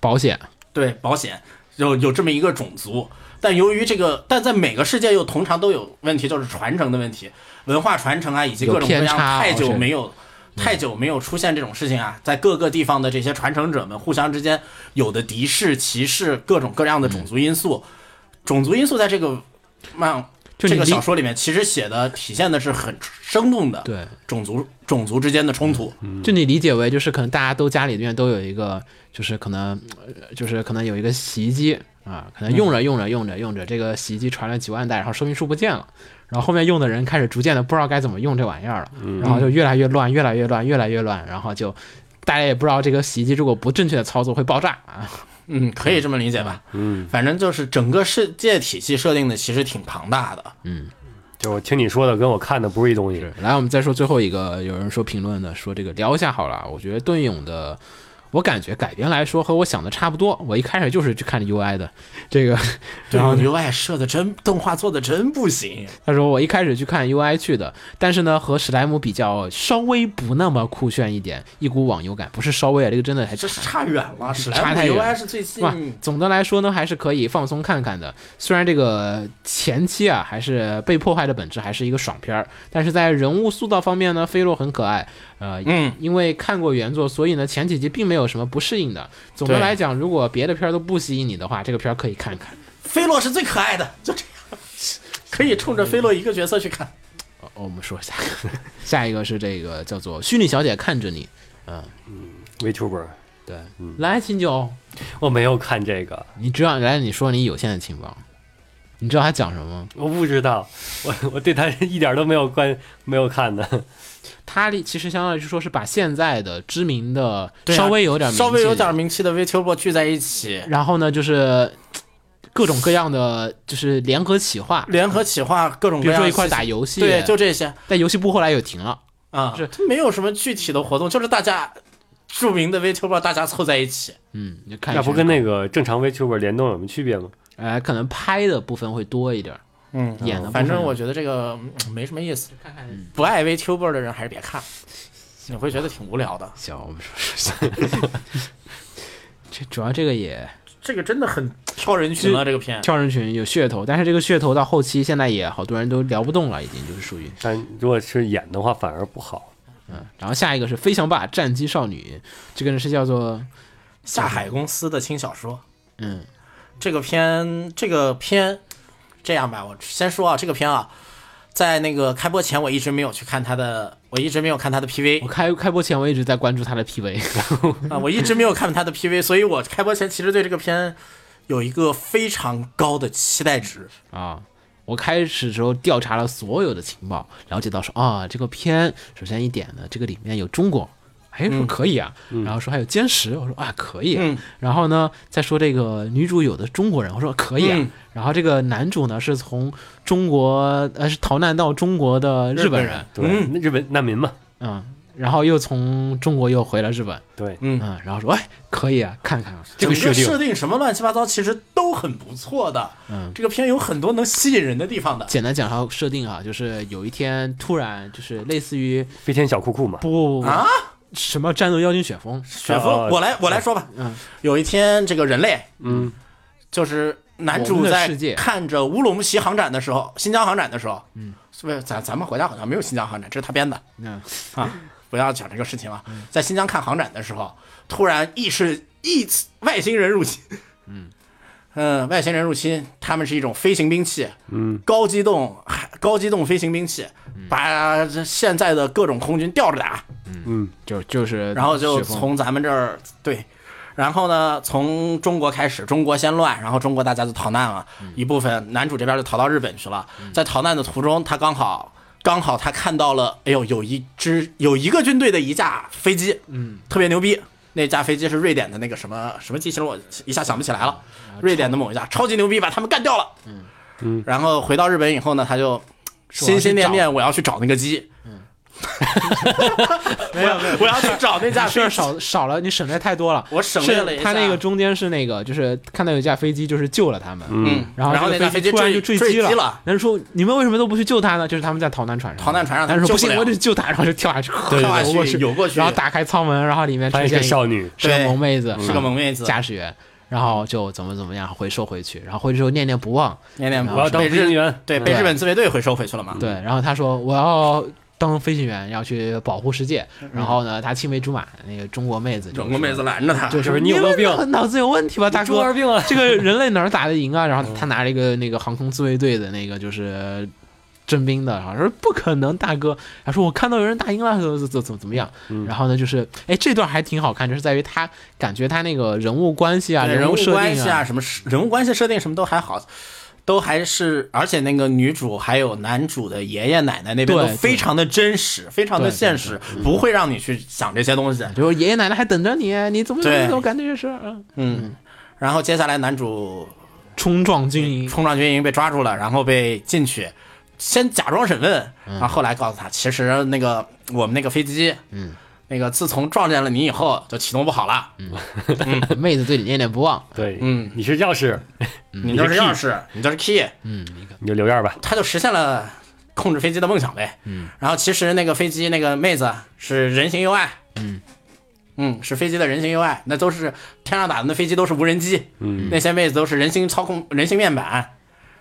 保险
对保险有有这么一个种族，但由于这个，但在每个世界又通常都有问题，就是传承的问题，文化传承啊，以及各种各
有
样
偏差啊
太久
是嗯
没有。太久没有出现这种事情啊，在各个地方的这些传承者们互相之间有的敌视、歧视，各种各样的种
嗯
族因素，种族因素在这个漫
就
这
你
个
理
小说里面其实写的体现的是很生动的，
对，嗯
种族种族之间的冲突，
就你理解为就是可能大家都家里面都有一个，就是可能呃就是可能有一个洗衣机啊，可能用着用着用着用着，这个洗衣机传了几万代，然后说明书不见了。然后后面用的人开始逐渐的不知道该怎么用这玩意儿了，然后就越来越乱，越来越乱，越来越乱，然后就大家也不知道这个洗衣机如果不正确的操作会爆炸啊。
嗯，可以这么理解吧，嗯，反正就是整个世界体系设定的其实挺庞大的，
嗯
就我听你说的跟我看的不是一东西。
来，我们再说最后一个，有人说评论的说这个聊一下好了。我觉得盾勇的，我感觉改编来说和我想的差不多。我一开始就是去看 UI 的，这个，
对
然后呢
UI 设的真，动画做的真不行。
他说我一开始去看 UI 去的，但是呢和史莱姆比较稍微不那么酷炫一点，一股网游感，不是稍微啊，这个真的还
这是差远了，史
差
莱姆
太远
UI 是最
哇
近，
总的来说呢，还是可以放松看看的。虽然这个前期啊，还是被破坏的本质还是一个爽片儿，但是在人物塑造方面呢，菲洛很可爱。呃，
嗯，
因为看过原作，所以呢前几集并没有什么不适应的。总的
对
来讲，如果别的片儿都不吸引你的话，这个片儿可以看看。
菲洛是最可爱的，就这样，可以冲着菲洛一个角色去看。
哦，我们说下一个， 下一个是这个叫做《虚拟小姐看着你》。
Vtuber，
对，来秦九，
我没有看这个，
你知道来你说你有限的情报，你知道他讲什么吗？
我不知道，我 我对他一点都没有关，没有看的。
他其实相当于是说是把现在的知名的
对啊
稍微有点名气
稍微有点名气的 VTuber 聚在一起，
然后呢就是各种各样的就是联合企划，
联合企划各种
比
各
如
样
说
的
一块
事情
打游戏，
对，就这些
但游戏部后来又停了。
啊，
是
没有什么具体的活动，就是大家著名的 VTuber 大家凑在一起。
嗯，你就看一
那
下
不跟那个正常 Vtuber 联动有什么区别吗？
呃可能拍的部分会多一点儿，
嗯
演的部分
反正我觉得这个嗯没什么意思，
看看
不爱 VTuber 的人还是别看。你会觉得挺无聊的。
行，我们说 这主要这个也
这个真的很超人群了，啊这个片
跳人群有噱头，但是这个噱头到后期现在也好多人都聊不动了，已经就是属于
但如果是演的话，反而不好。
嗯。然后下一个是《飞翔吧战机少女》，这个呢是叫做
下海公司的轻小说。
嗯，
这个片，这个片，这样吧，我先说啊，这个片啊，在那个开播前，我一直没有去看它的，我一直没有看它的 PV
我开开播前我一直在关注他的 PV，
啊、我一直没有看它的 PV，所以我开播前其实对这个片有一个非常高的期待值。
啊。我开始时候调查了所有的情报，了解到说啊，这个片首先一点呢，这个里面有中国，哎，说可以啊，然后说还有歼十，我说啊可以啊、
嗯
然后呢再说这个女主有的中国人，我说可以啊，
嗯
然后这个男主呢是从中国呃是逃难到中国的日本人，
对，那日本难民嘛，
嗯，然后又从中国又回了日本，
对，
嗯
嗯，然后说哎可以啊，看看啊，
这个
整
设
个
定
设定什么乱七八糟，其实都很不错的。
嗯，
这个片有很多能吸引人的地方的。
简单讲一下设定啊，就是有一天突然就是类似于
飞天小酷酷嘛，
不不不
啊，
什么战斗妖精雪峰，
雪
啊
峰，我来我来说吧。
呃嗯，
有一天，这个人类
嗯，
就是男
我
主
们的
在
世界
看着乌鲁木齐航展的时候，新疆航展的时候，嗯，是不是咱咱们国家好像没有新疆航展，这是他编的
嗯
啊，不要讲这个事情了。在新疆看航展的时候，突然意识异次外星人入侵，嗯外星人入侵，他们是一种飞行兵器，嗯，高机动高机动飞行兵器，把这现在的各种空军吊着打，
就就是
然后就
雪峰
从咱们这儿对，然后呢，从中国开始，中国先乱，然后中国大家就逃难了，一部分男主这边就逃到日本去了，在逃难的途中，他刚好刚好他看到了，哎呦，有一支有一个军队的一架飞机，嗯，特别牛逼。那架飞机是瑞典的那个什么什么机型，我一下想不起来了。瑞典的某一架超级牛逼，把他们干掉了。啊嗯嗯。然后回到日本以后呢，他就
我要
心
去
心念
找
念我要去找那个机。嗯。没有没有， 我要去找那架
事
飞
儿
机。
少少了，你省略太多了。
我省略了一
是
下
他那个中间是那个，就是看到有一架飞机，就是救了他们。嗯，
嗯，
然
然后
后这
那架
个
飞
机
机
突然就
坠
机
坠机
了
了。
人说你们为什么都不去救他呢？就是他们在逃难船上，
逃难船上
但是
他
不
们救
行，
不
我
了
得救他，然后就跳下去，
对
跳下
游过
去游过去
然后打开舱门，然后里面出
发现是
现
个少女，
是个
对
萌妹子，嗯
是个萌妹子，
驾驶员，然后就怎么怎么样回收回去，然后回去之后念念不忘，
念念
哦
我要当
被
飞行
日
员，
对被
对
日本自卫队回收回去了嘛？
嗯对，然后他说我要当飞行员，要去保护世界，然后呢，他青梅竹马那个中国妹子就
中国妹子拦着他，
对，
就是你
你
有没有病
脑脑子有问题吧，大
中二
哥？
病啊，
这个人类哪儿打得赢啊？然后他拿了一个那个航空自卫队的那个就是征兵的，然后说不可能，大哥。他说我看到有人打赢了，怎怎怎么怎么样？然后呢，就是哎，这段还挺好看，就是在于他感觉他那个人物关系啊，
对人
物设
关
定
系
啊，
什么人物关系设定什么都还好，都还是，而且那个女主还有男主的爷爷奶奶那边
对
都非常的真实，非常的
对对嗯
现实，不会让你去想这些东西。
就是爷爷奶奶还等着你，你怎么
对
你怎么干这些事儿啊？
嗯，然后接下来男主
冲撞军营，
冲撞军营被抓住了，然后被进去，先假装审问，然后后来告诉他，其实那个我们那个飞机，嗯，那个自从撞见了你以后就启动不好了，
妹子对你念念不忘。
对，
嗯，
你是钥匙，
你就是钥匙，你就是 key，
你就留样 吧，
他就实现了控制飞机的梦想呗。嗯，然后其实那个飞机那个妹子是人形 UI，嗯嗯，是飞机的人形 UI，那都是天上打的那飞机都是无人机，嗯，那些妹子都是人形操控人形面板。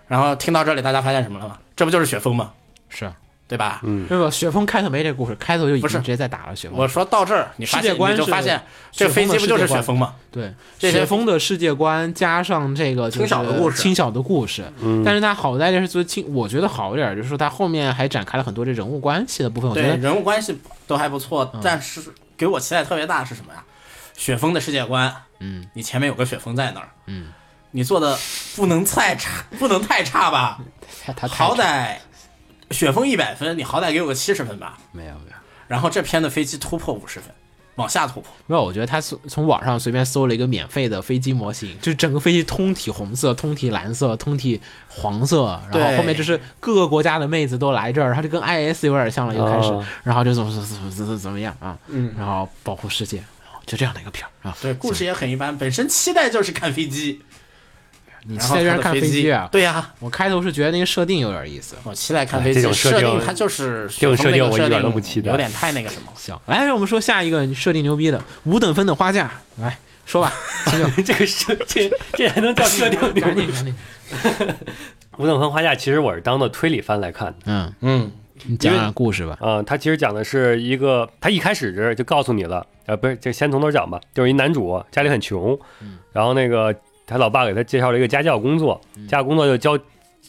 然后听到这里，大家发现什么了吗？这不就是雪峰吗？
是，
对吧？嗯，
不不，雪峰开头没这故事，开头就已经
不是
直接在打了雪峰。
我说到这儿，你发
世
现
界观
你就是发现这飞机不就是雪峰吗？
对，
这些
雪峰的世界观加上这个就是
轻小的故事嗯
轻小的故事，但是它好在就是说轻，我觉得好一点儿，就是说它后面还展开了很多这人物关系的部分，我觉
对，
得嗯
人物关系都还不错，但是给我期待特别大是什么呀？雪峰的世界观，嗯，你前面有个雪峰在那儿，嗯，你做的不能太差，不能太差吧？
它它太
好歹雪峰一百分，你好歹给我个七十分吧。
没有没有
然后这篇的飞机突破五十分，往下突破，
没有，我觉得他从从网上随便搜了一个免费的飞机模型，就是整个飞机通体红色、通体蓝色、通体黄色，然后
对
后面就是各个国家的妹子都来这儿，它就跟 IS 有点像了，又开始，
哦
然后就怎么怎么怎么怎么怎么样啊，嗯，然后保护世界，就这样的一个片儿啊，
对，故事也很一般，本身期待就是看飞机，
你
然
期
后
待这样看
飞
飞机啊？
对呀，
我开头是觉得那个设定有点意思。
我期待看飞机
哎这种设定
定，它就是
这种设定我一
雪峰那个设
点
定
都不期待
有点太那个什么。
行，来，我们说下一个设定牛逼的五等分的花架，来说 吧，秦九
这个设这这还能叫设定 牛
赶
逼？
紧赶紧，
五等分花架其实我是当的推理番来看的。
嗯，
嗯，
你讲讲故事吧。
嗯，它其实讲的是一个，它一开始就告诉你了，呃，不是，就先从头讲吧，就是一男主家里很穷，
嗯
然后那个他老爸给他介绍了一个家教工作，
嗯
家教工作就教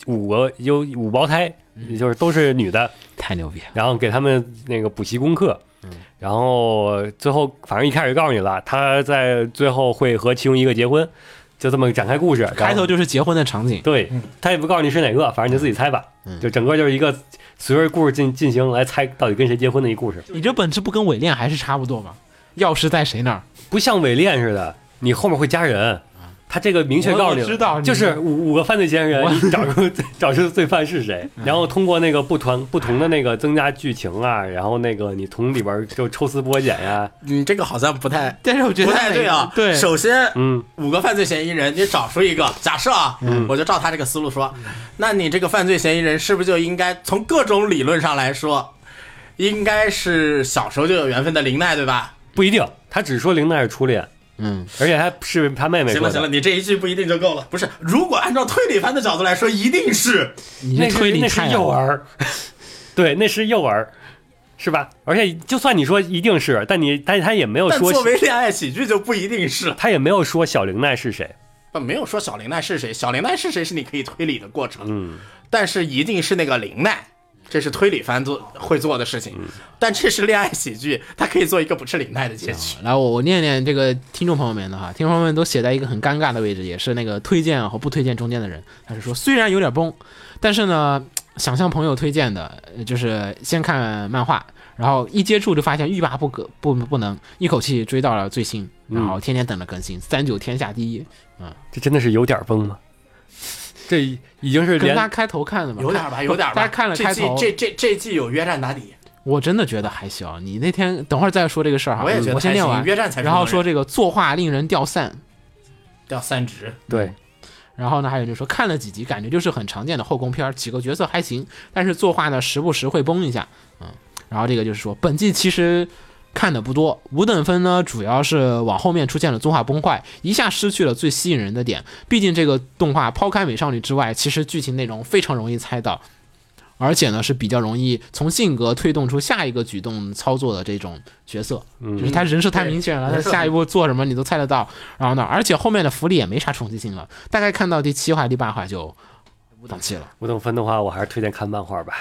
五个有五胞胎，
嗯
也就是都是女的，
太牛逼了！
然后给他们那个补习功课，
嗯
然后最后反正一开始告诉你了，他在最后会和其中一个结婚，就这么展开故事，然后
开头就是结婚的场景，
对他也不告诉你是哪个，反正你就自己猜吧，
嗯
就整个就是一个随着故事进进行来猜到底跟谁结婚的一故事。
你这本质不跟伪恋还是差不多吧？钥匙在谁那儿？
不像伪恋似的，你后面会加人。
啊
他这个明确
我
告诉你
我
了，
知道你
就是五五个犯罪嫌疑人，
我
你找出找出罪犯是谁，
嗯
然后通过那个不同不同的那个增加剧情啊，然后那个你从里边儿就抽丝剥茧啊呀、
你这个好像不太
但是我觉得
不太对啊。
对，
首先，
嗯，
五个犯罪嫌疑人，你找出一个，假设啊，我就照他这个思路说，那你这个犯罪嫌疑人是不是就应该从各种理论上来说，应该是小时候就有缘分的林奈，对吧？
不一定。他只说玲奈是初恋，
嗯，
而且他是他妹妹
行
说的。
了行了，你这一句不一定就够了。不是，如果按照推理番的角度来说，一定是
你
那
这
是
推理
那
太
是幼儿， 对，那是幼儿，是吧？而且就算你说一定是，但你但他也没有
但
说
作为恋爱喜剧就不一定是。
他也没有说小玲奈是谁。
不，没有说小林奈是谁，小林奈是谁是你可以推理的过程，
嗯，
但是一定是那个林奈，这是推理番做会做的事情，
嗯
但这是恋爱喜剧，它可以做一个不是林奈的结局。
来，我我念念这个听众朋友们的哈，听众朋友们都写在一个很尴尬的位置，也是那个推荐和不推荐中间的人。他是说，虽然有点崩，但是呢，想向朋友推荐的，呃就是先看漫画，然后一接触就发现欲罢不可，不不能，一口气追到了最新，然后天天等着更新，三九天下第一，
这真的是有点崩吗？这已经是
跟
连
大家开头看的嘛，
有点吧，有点吧。
大家看了
这
开
季
头
这这这季有约战打底，
我真的觉得还行。你那天等会儿再说这个事儿哈，嗯
我也觉得
我先
还
念
行
完
约战才是
然后
默认
说这个作画令人掉散，
掉三值，
对，
然后呢，还有就是说看了几集，感觉就是很常见的后宫片儿，几个角色还行，但是作画呢时不时会崩一下，嗯。然后这个就是说，本季其实看的不多，五等分呢主要是往后面出现了作画崩坏，一下失去了最吸引人的点。毕竟这个动画抛开美少女之外，其实剧情内容非常容易猜到，而且呢是比较容易从性格推动出下一个举动操作的这种角色，就是他人设太明显了，他
人设
下一步做什么你都猜得到。然后呢，而且后面的福利也没啥冲击性了，大概看到第七话、第八话就放弃了。
五等分的话，我还是推荐看漫画吧。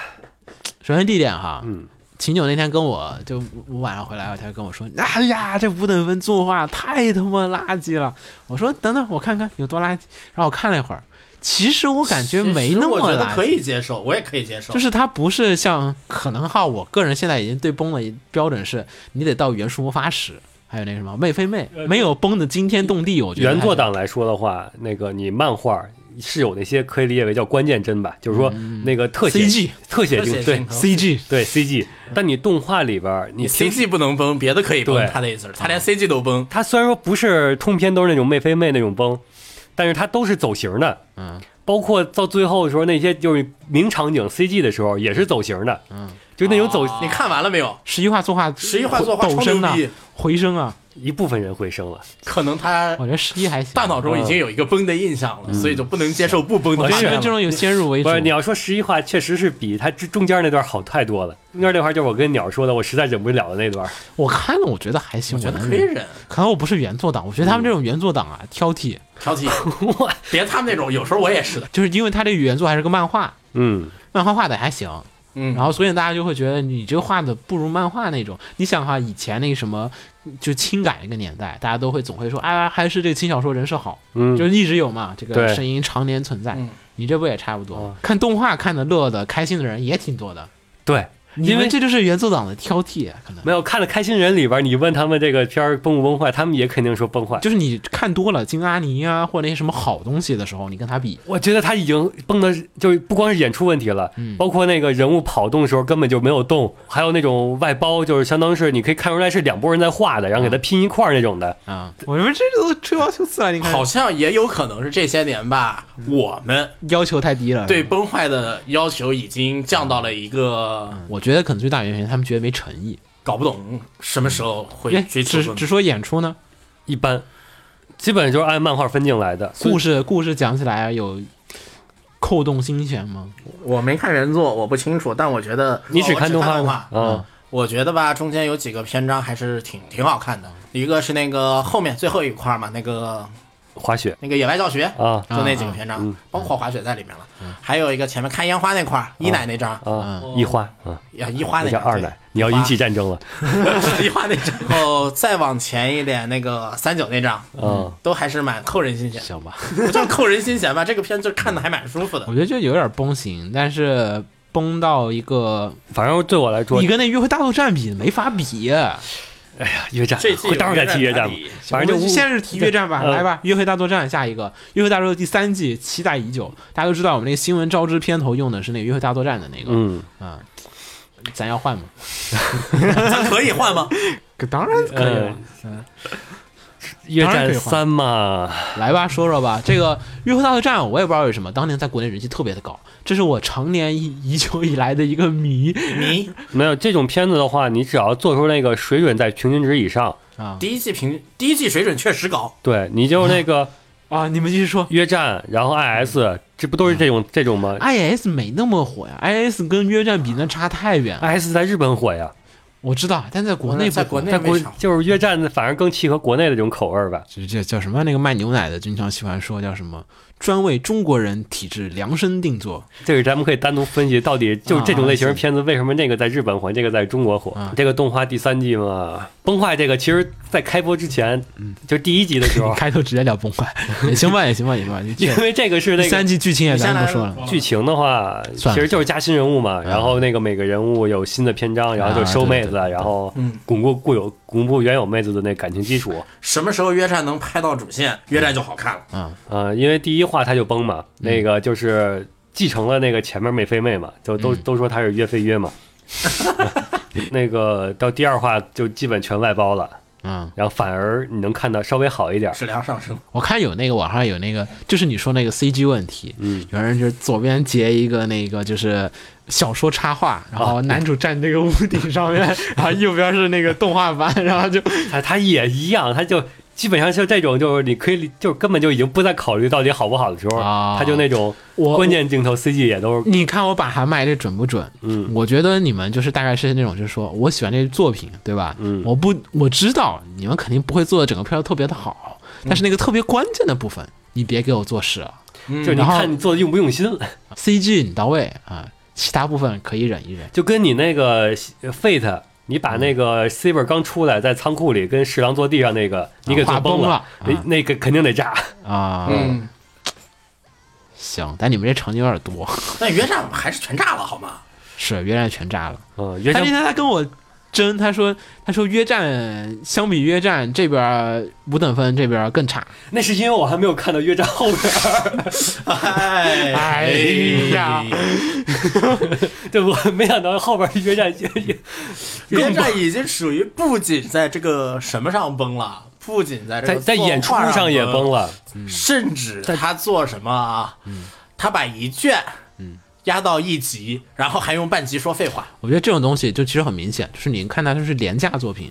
首先第一点哈，
嗯，
秦九那天跟我就我晚上回来，他就跟我说：“哎呀，这五等分作画太他妈垃圾了。”我说：“等等，我看看有多垃圾。”然后我看了一会儿，其实我感觉没那么
我觉得
垃
可
圾，
以接受，我也可以接受。
就是它不是像可能哈，我个人现在已经对崩的标准是你得到原术魔法史，还有那个什么妹非妹，没有崩的惊天动地。我觉得
原作
还是
党来说的话，那个你漫画是有那些可以理解为叫关键帧吧，就是说那个特写、
CG
特写
特
镜
写
对
镜头
CG
对 CG，但你动画里边儿你
你
其实
CG 不能崩，别的可以崩
对。
他的
啊
意思是，他连 CG 都崩。
它虽然说不是通篇都是那种妹飞妹那种崩，但是它都是走形的，
嗯，
包括到最后的时候那些就是名场景 CG 的时候也是走形的，嗯，就那种走、
你看完了没有？
十一话作画，
十一话作画
抖
超
声
牛
啊
逼，，
回声啊，
一部分人回升了，
可能他
我觉得十一还行。
大脑中已经有一个崩的印象了，所以就不能接受不崩的
嗯我
不
觉
画
是
得
面
这
了。
种有先入为主
不。是你要说十一话确实是比它这中间那段好太多了，中间那块就是我跟鸟说的，我实在忍不了的那段，
我看了，我觉得还行，
我觉得
能
可以
忍
忍，
可能我不是原作党，我觉得他们这种原作党啊挑剔，
挑 剔。别他们那种，有时候我也是的。
就是因为他这个原作还是个漫画，
嗯，
漫画画的还行，
嗯
然后所以大家就会觉得你这个画的不如漫画那种。你想哈，以前那个什么就轻改那个年代，大家都会总会说，啊， 还是这个轻小说人设好，
嗯
就是一直有嘛，这个
对
声音常年存在
嗯。
你这不也差不多
哦？
看动画看的乐的开心的人也挺多的，
对，
你
因为
们这就是原作党的挑剔，啊可能
没有看的开心人里边，你问他们这个片儿崩不崩坏，他们也肯定说崩坏。
就是你看多了金阿尼啊，或者那些什么好东西的时候，你跟他比，
我觉得他已经崩的，就是不光是演出问题了，包括那个人物跑动的时候根本就没有动，还有那种外包，就是相当是你可以看出来是两拨人在画的，然后给他拼一块儿那种的。
啊，我们这都吹毛求疵了，你看，
嗯好像也有可能是这些年吧，我们
要求太低了。
对，
嗯
崩坏的要求已经降到了一个
我觉得可能最大原因是他们觉得没诚意。
搞不懂什么时候
哎
会追
只
求
只说演出呢，
一般，基本就是按漫画分镜来的。
故事故事讲起来有扣动心弦吗？
我没看原作，我不清楚，哦但我觉得
你只看
动
动画
动
吗
画？
嗯，
我觉得吧，中间有几个篇章还是挺挺好看的，一个是那个后面最后一块嘛，那个
滑雪
那个野外教学，
啊
就那几个篇章，
嗯
包括滑雪在里面了，还有一个前面看烟花那块儿，一奶那张，
啊，一花啊，
呀一花
那
那
叫
张
二奶，你要引起战争了。
对一花那张，然后再往前一点那个三九那张，
嗯，
都还是蛮扣人心弦，
行吧，
不叫扣人心弦吧，这个片子看的还蛮舒服的
我。觉得就有点崩型，但是崩到一个
反正对我来说
你，跟那约会大作战比没法比。啊
约战
这，季
我待会儿再提约战
战
吧。反正
我
就
们先是提约战吧，
嗯
来吧，约会大作战下一个，约会大作战第三季期待已久。大家都知道我们那个新闻招之片头用的是那个约会大作战的那个，
嗯，
啊，咱要换吗？
咱可以换吗？
当然可以了。
约
当然
战
可以换
三嘛，
来吧，说说吧，这个《约会大作战》，我也不知道为什么，当年在国内人气特别的高，这是我常年已已久以来的一个谜
你
没有这种片子的话，你只要做出那个水准在平均值以上，
啊
第一季平第一季水准确实高，
对你就那个
啊！你们继续说
约战，然后 IS，这不都是这种这种吗
，IS 没那么火呀，IS 跟约战比那差太远了。
？IS 在日本火呀，
我知道，但在国内不
在国
火
内
在国
没啥
就是约战，反而更契合国内的这种口味儿吧。
这这叫什么？那个卖牛奶的经常喜欢说叫什么？专为中国人体质量身定做。
这个咱们可以单独分析，到底就是这种类型的片子为什么那个在日本火，这个在中国火
啊？
这个动画第三季嘛，崩坏这个其实在开播之前，
嗯
就第一集的时候，
开头直接聊崩坏，也行吧，也行吧，也行吧。
因
这
为这个是
第
那个
三季剧情也
你先
咱
来
不说了，
剧情的话，其
算了
实就是加新人物嘛，然后那个每个人物有新的篇章，然后就收妹子，
啊
然后
嗯
巩固固有巩固原有妹子的那感情基础。
什么时候约战能拍到主线，约战就好看了。
啊，
呃，因为第一话他就崩嘛，
嗯
那个就是继承了那个前面妹非妹嘛，就
嗯
都、都说他是约非 约嘛。那个到第二话就基本全外包了，
嗯，
然后反而你能看到稍微好一点。
质量上升，
我看有那个网上有那个，就是你说那个 CG 问题，
嗯，
有人就是左边截一个那个就是小说插画，然
啊
后男主站那个屋顶上面，然后右边是那个动画版，然后就
他他也一样，他就基本上就这种，就是你可以就是根本就已经不再考虑到底好不好的时候，
啊
他就那种
我
关键镜头 CG 也都是
你看我把韩麦这准不准？
嗯，
我觉得你们就是大概是那种，就是说我喜欢这作品，对吧？
嗯
我不我知道你们肯定不会做的整个片儿特别的好，
嗯
但是那个特别关键的部分，你别给我做事啊。
就是你
然后
看你做的用不用心了，
CG 你到位啊，其他部分可以忍一忍。
就跟你那个呃 Fate，你把那个 Saber 刚出来在仓库里跟侍郎坐地上那个，你给
画
做
崩
了，
了
那
啊
那个肯定得炸。
啊，
嗯，
行，但你们这成绩有点多，
但约战还是全炸了好吗？
是约战全炸了。
嗯，原
他那
先
天他跟我争，他说他说约战相比约战这边儿五等分这边儿更差。
那是因为我还没有看到约战后边儿，
哎
哎呀
对我没想到后边约战也也
约战已经属于不仅在这个什么上崩了，不仅在这
在
个
在演出
作画
上也
崩
崩，了，
甚至他做什么啊？他把一卷压到一集，然后还用半集说废话。
我觉得这种东西就其实很明显，就是你看它就是廉价作品，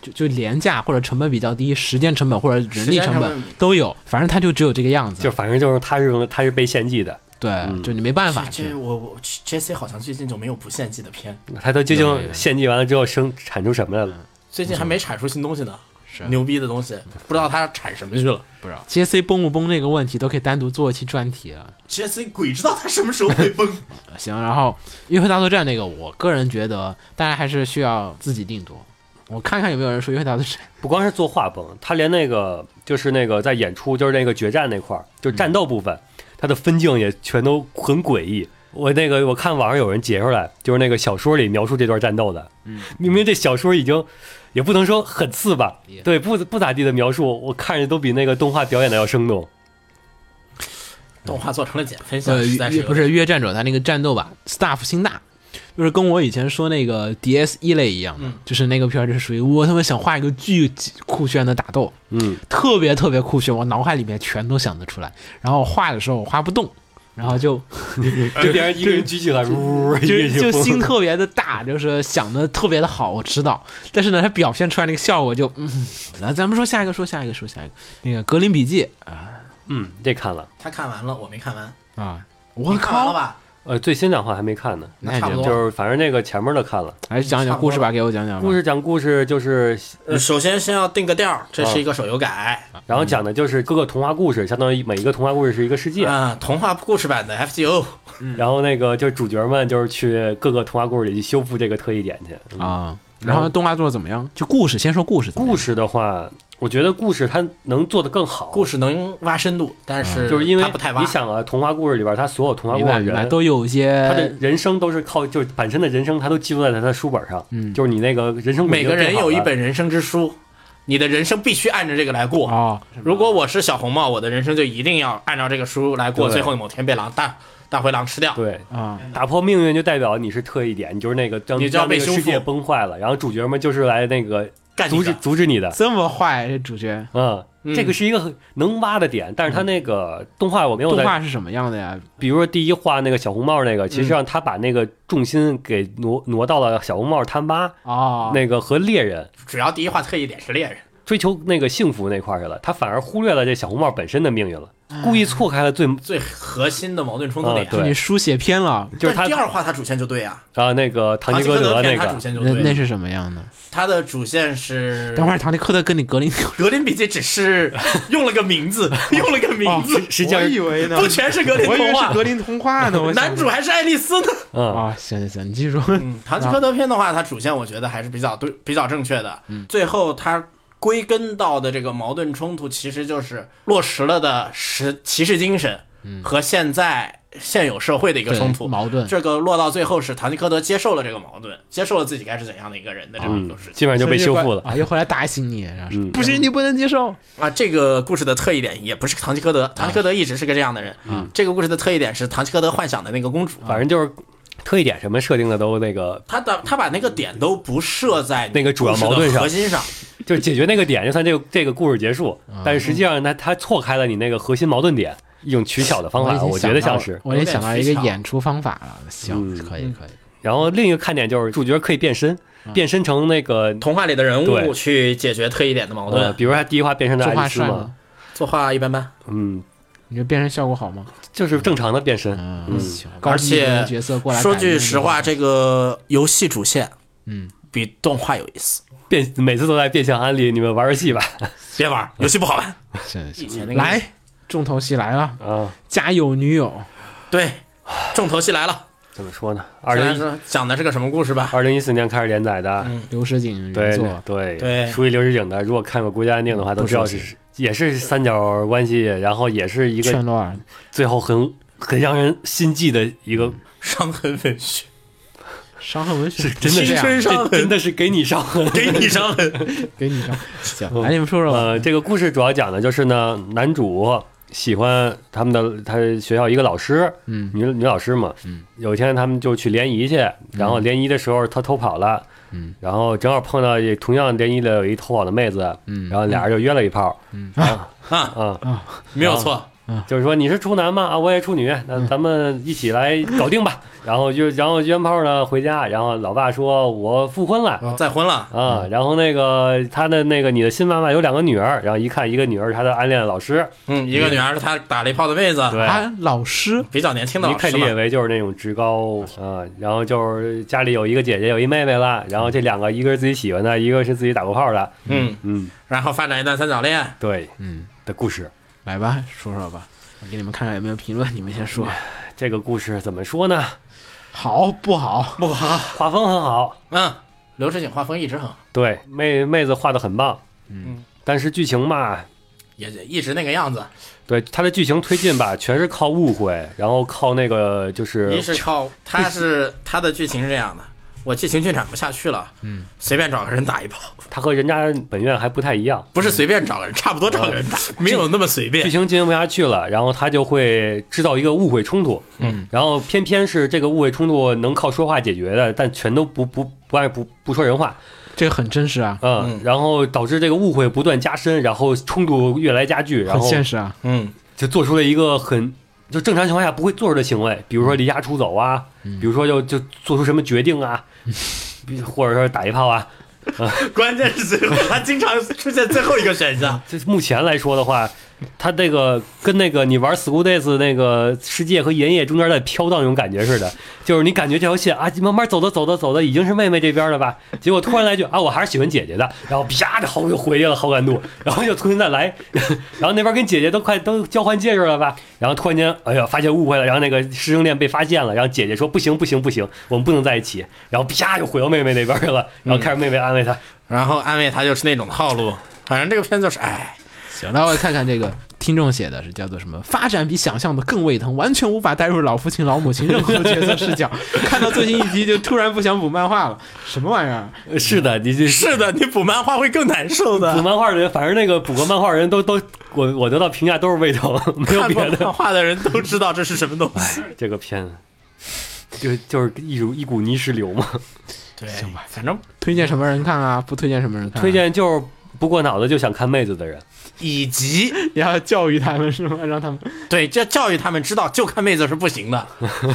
就就廉价或者成本比较低，时间成本或者人力
时间
成
成
本
本
都有，反正它就只嗯有这个样子。
就反正就是他是他是被献祭的，
对，就你没办法
这
去。
我我 JC 好像最近就没有不献祭的片，
他都究
有有有
竟献祭完了之后生产出什么来了？
最近还没产出新东西呢，
是
牛逼的东西，不知道他产什么去了。
不知道 J C 崩不崩这个问题都可以单独做一期专题了。
JC 鬼知道他什么时候会崩。
行，然后《约会大作战》那个，我个人觉得大家还是需要自己定夺。我看看有没有人说《约会大作战》
不光是作画崩，他连那个就是那个在演出，就是那个决战那块儿，就战斗部分，他的分镜也全都很诡异。我那个我看网上有人截出来，就是那个小说里描述这段战斗的，嗯，明明这小说已经也不能说很次吧，对，不不咋地的描述，我看着都比那个动画表演的要生动。
动画做成了减分项，
呃，
实在是
约
有
不是越战者他那个战斗吧，staff 心大，就是跟我以前说那个 DS 一类一样的，就是那个片儿就是属于我他妈想画一个巨酷炫的打斗，
嗯，
特别特别酷炫，我脑海里面全都想得出来，然后画的时候我画不动。然后 就
就别人一个人举起来，呜，
就
一个
就
人
心特别的大，就是想的特别的好，我知道。但是呢，它表现出来那个效果就，嗯，那咱们说下一个，说下一个，说下一个，那个《格林笔记
嗯，这看了，
他看完了，我没看完，》
啊，我
你看完
靠，
了吧？
呃，最新两话还没看呢，
那也
差不多
就是反正那个前面的看了。
还是讲讲故事吧，给我讲讲吧。
故事讲故事就是，
呃，首先先要定个调儿，这是一个手游改，
然后讲的就是各个童话故事，相当于每一个童话故事是一个世界。
啊，童话故事版的 FGO，
然后那个就是主角们就是去各个童话故事里去修复这个特异点去。嗯
啊。然后动画做的怎么样？就故事，先说故事怎么样。
故事的话，我觉得故事它能做得更好。
故事能挖深度，但是
就是因为
它不太挖
你。想啊，童话故事里边，他所有童话故
明
事
白明白，
人，
都有一
他的
些
人生都是靠就是本身的人生，他都记录在他的书本上。
嗯
就是你那个人生轨
每
迹
个人
定好
有一
了
本人生之书，你的人生必须按着这个来
啊
过。
哦，
如果我是小红帽，我的人生就一定要按照这个书来过，
对
最后某天被狼大大灰狼吃掉。
对。
啊，
打破命运就代表你是特异点，你就是那个让
你就要
让那
被
个
修复
世界崩坏了，然后主角们就是来那个
干你
阻止
的！
阻止你的。
这么坏这主角，
嗯，
嗯
这个是一个很能挖的点，但是他那个动画我没有
动
在，
画是什么样的呀？
比如说第一话那个小红帽那个，其实让他把那个重心给挪挪到了小红帽他妈
哦，
那个和猎人
主要第一话特异点是猎人，
追求那个幸福那块儿去了，他反而忽略了这小红帽本身的命运了，故意错开了最
最核心的矛盾冲突
啊
点。
对
你书写偏了，
就是他
但第二话他主线就对啊，
啊那个唐吉
诃
诃德那
片他主
个，
线就
那
对，
那是什么样的？
他的主 线是
等会儿唐尼诃德跟你格林
格林笔记只是用了个名 字，用了个 名字，
实际上哦是
为呢
不全是格林童话。
林童话呢， 我
男主还是爱丽丝呢。
嗯，
啊，行行行，你继续说。
嗯，唐吉诃德篇的话，它主线我觉得还是比较对、比较正确的。最后它归根到的这个矛盾冲突，其实就是落实了的实骑士精神和现在现有社会的一个冲突
对矛盾
这个落到最后是唐吉诃德接受了这个矛盾，接受了自己该是怎样的一个人的这么一
嗯
个事，情
基本上就被修复了。
啊，又回来打醒你，然后说
嗯
不行，你不能接受。
啊。这个故事的特异点也不是唐吉诃德，唐吉诃德一直是个这样的人。这个故事的特异点是唐吉诃德幻想的那个公主。
反正就是特异点什么设定的都那个，
他的他把那个点都不设在
那个主要
故事的
矛盾上
核心上，
就是解决那个点，就算这个这个故事结束。
啊
但是实际上呢，它错开了你那个核心矛盾点，一种取巧的方
我已
法，
经
嗯我觉
想
得
到
像
了
是。
我也想到一个
有点技巧
演出方法了。行，
嗯
可以可以。
然后另一个看点就是主角可以变身，
啊
变身成那个
童话里的人
对
物去解决特异点的
呃，
矛盾，
比如他第一话变身的
作
爱
画
丽丝
帅
嘛
吗，？
作画一般般。
嗯，
你觉得变身效果好吗？
就是正常的变身，
嗯，行。高
而
级
且
的角色过来，
说句实话，，这个游戏主线，
嗯，
比动画有意思。
变每次都在变相安利你们玩游戏吧。
别玩儿游戏不好玩，
行
以
行
前那个
来，重头戏来了，
啊，
家有女友，
对， 重头戏来了。
怎么说呢？二
二
零
说讲的是个什么故事吧？
二零一四年开始连载的，
刘诗锦
对
原作，
对
对
熟悉刘诗景的，如果看过《国家安定》的话，都知道
不熟悉
是也是三角关系，然后也是一个
圈罗尔，
最后很很让人心悸的一
嗯
个，
伤痕文学，
伤痕文学
是 真的
青春
是这
伤
样
痕
真的是给 你伤痕。
给你伤痕。
给你 张，行，来你们说说吧。
呃，这个故事主要讲的就是呢，男主喜欢他们的他学校一个老师，
嗯
女女老师嘛，
嗯，
有一天他们就去联谊去，然后联谊的时候他偷跑了，
嗯，
然后正好碰到也同样联谊的有一偷跑的妹子，
嗯
然后俩人就约了一炮，
嗯
啊
啊，
啊，
没有错，
就是说你是处男吗？啊，我也处女，
嗯
那咱们一起来搞定吧。然后就然后约完炮呢回家，然后老爸说我复婚了。
再婚了，
啊，然后那个他的那个你的新妈妈有两个女儿，然后一看一个女儿是他的暗恋的老师，
嗯，一个女儿是他打了一炮的妹子，
对，
啊，老师，
比较年轻的
你
老
可以
师
理解
嘛。
为就是那种职高啊，然后就是家里有一个姐姐有一妹妹了，然后这两个一个是自己喜欢的，一个是自己打过炮的，
嗯，
嗯，
然后发展一段三角恋，
对
嗯，
的故事。
来吧，说说吧，我给你们看看有没有评论，你们先说，
这个故事怎么说呢？
好不好？
不好。
画风很好，
嗯，刘志景画风一直很好，
对，妹妹子画的很棒，
嗯，
但是剧情嘛，
也也一直那个样子，
对它的剧情推进吧，全是靠误会，然后靠那个就是
一是靠 他是他的剧情是这样的，我剧情进展不下去了，嗯， 随便找个人打一炮，
它和人家本院还不太一样，
不是随便找个人，差不多找个人打，没有那么随
剧
便。
情进行不下去了，然后他就会制造一个误会冲突，嗯，然后偏偏是这个误会冲突能靠说话解决的，但全都不不不爱不不说人话，
这个很真实啊，
嗯，然后导致这个误会不断加深，然后冲突越来加剧，然
很
后
现实啊。
嗯，
就做出了一个很就正常情况下不会做出的行为，比如说离家出走啊，
嗯
比如说就就做出什么决定啊， 比或者说打一炮啊，
关键是最后他经常出现最后一个选项，
这目前来说的话，它这个跟那个你玩 School Days 那个世界和盐业中间在飘荡那种感觉似的，就是你感觉这条线啊，慢慢走的走的走的，已经是妹妹这边了吧？ 结果突然来一句啊，我还是喜欢姐姐的， 然后啪的好就回去了好感度，然后又重新再来， 然后那边跟姐姐都快都交换戒指了吧？然后突然间，哎呀，发现误会了，然后那个师生恋被发现了，然后姐姐说不行不行不行，我们不能在一起，然后啪又回到妹妹那边去了，然后开始妹妹安慰她，
然后安慰他就是那种套路，反正这个片子就是哎，
行，那我看看这个听众写的是叫做什么？发展比想象的更胃疼，完全无法带入老父亲、老母亲任何角色视角。 看到最新一集就突然不想补漫画了，什么玩意儿？啊
是的，你这
是的，你补漫画会更难受
补
的。
漫画的人，反正那个补过漫画的人都都，我我得到评价都是胃 疼，没有
看
别
过漫
的。
画的人哎都知道这是什么东西。
这个片子就就是一股一股泥石流嘛。
对，反正
推荐什么人看啊？不推荐什么人看、
推荐就是不过脑子就想看妹子的人，
以及
也要教育他们是 吗？让他们
对，这教育他们知道，就看妹子是不行 的，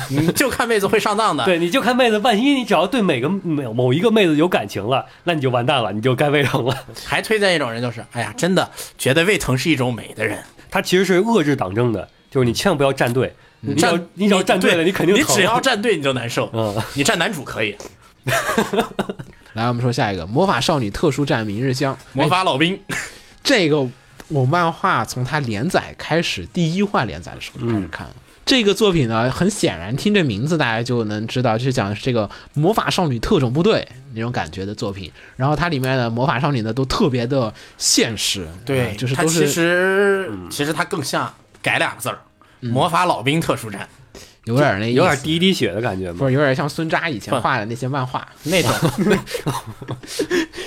你就看妹子会上当的。
对，你就看妹子，万一你只要对每个某某一个妹子有感情了，那你就完蛋了，你就该胃疼 了。
还推荐一种人，就是哎呀，真的觉得胃疼是一种美的人。
它其实是遏制党争的，就是你千万不要站队，你只要
嗯站
你只要站队了，
对
你肯定
你
疼
只要站队你就难受。
嗯，哎
你站男主可以，
来，我们说下一个《魔法少女特殊站明日香》哎
魔法 老兵
这个我漫画从它连载开始，第一话连载的时候就开始看了。这个作品呢，很显然听这名字大家就能知道，就是讲这个魔法少女特种部队那种感觉的作品。然后它里面的魔法少女呢，都特别的现实，啊就是
嗯他
都
其
是
实
嗯
其实他更像改俩字儿，魔法老兵特殊站
有点那意思
有点滴一滴血的感觉
不
嘛。
是有点像孙扎以前画的那些漫画，
那种。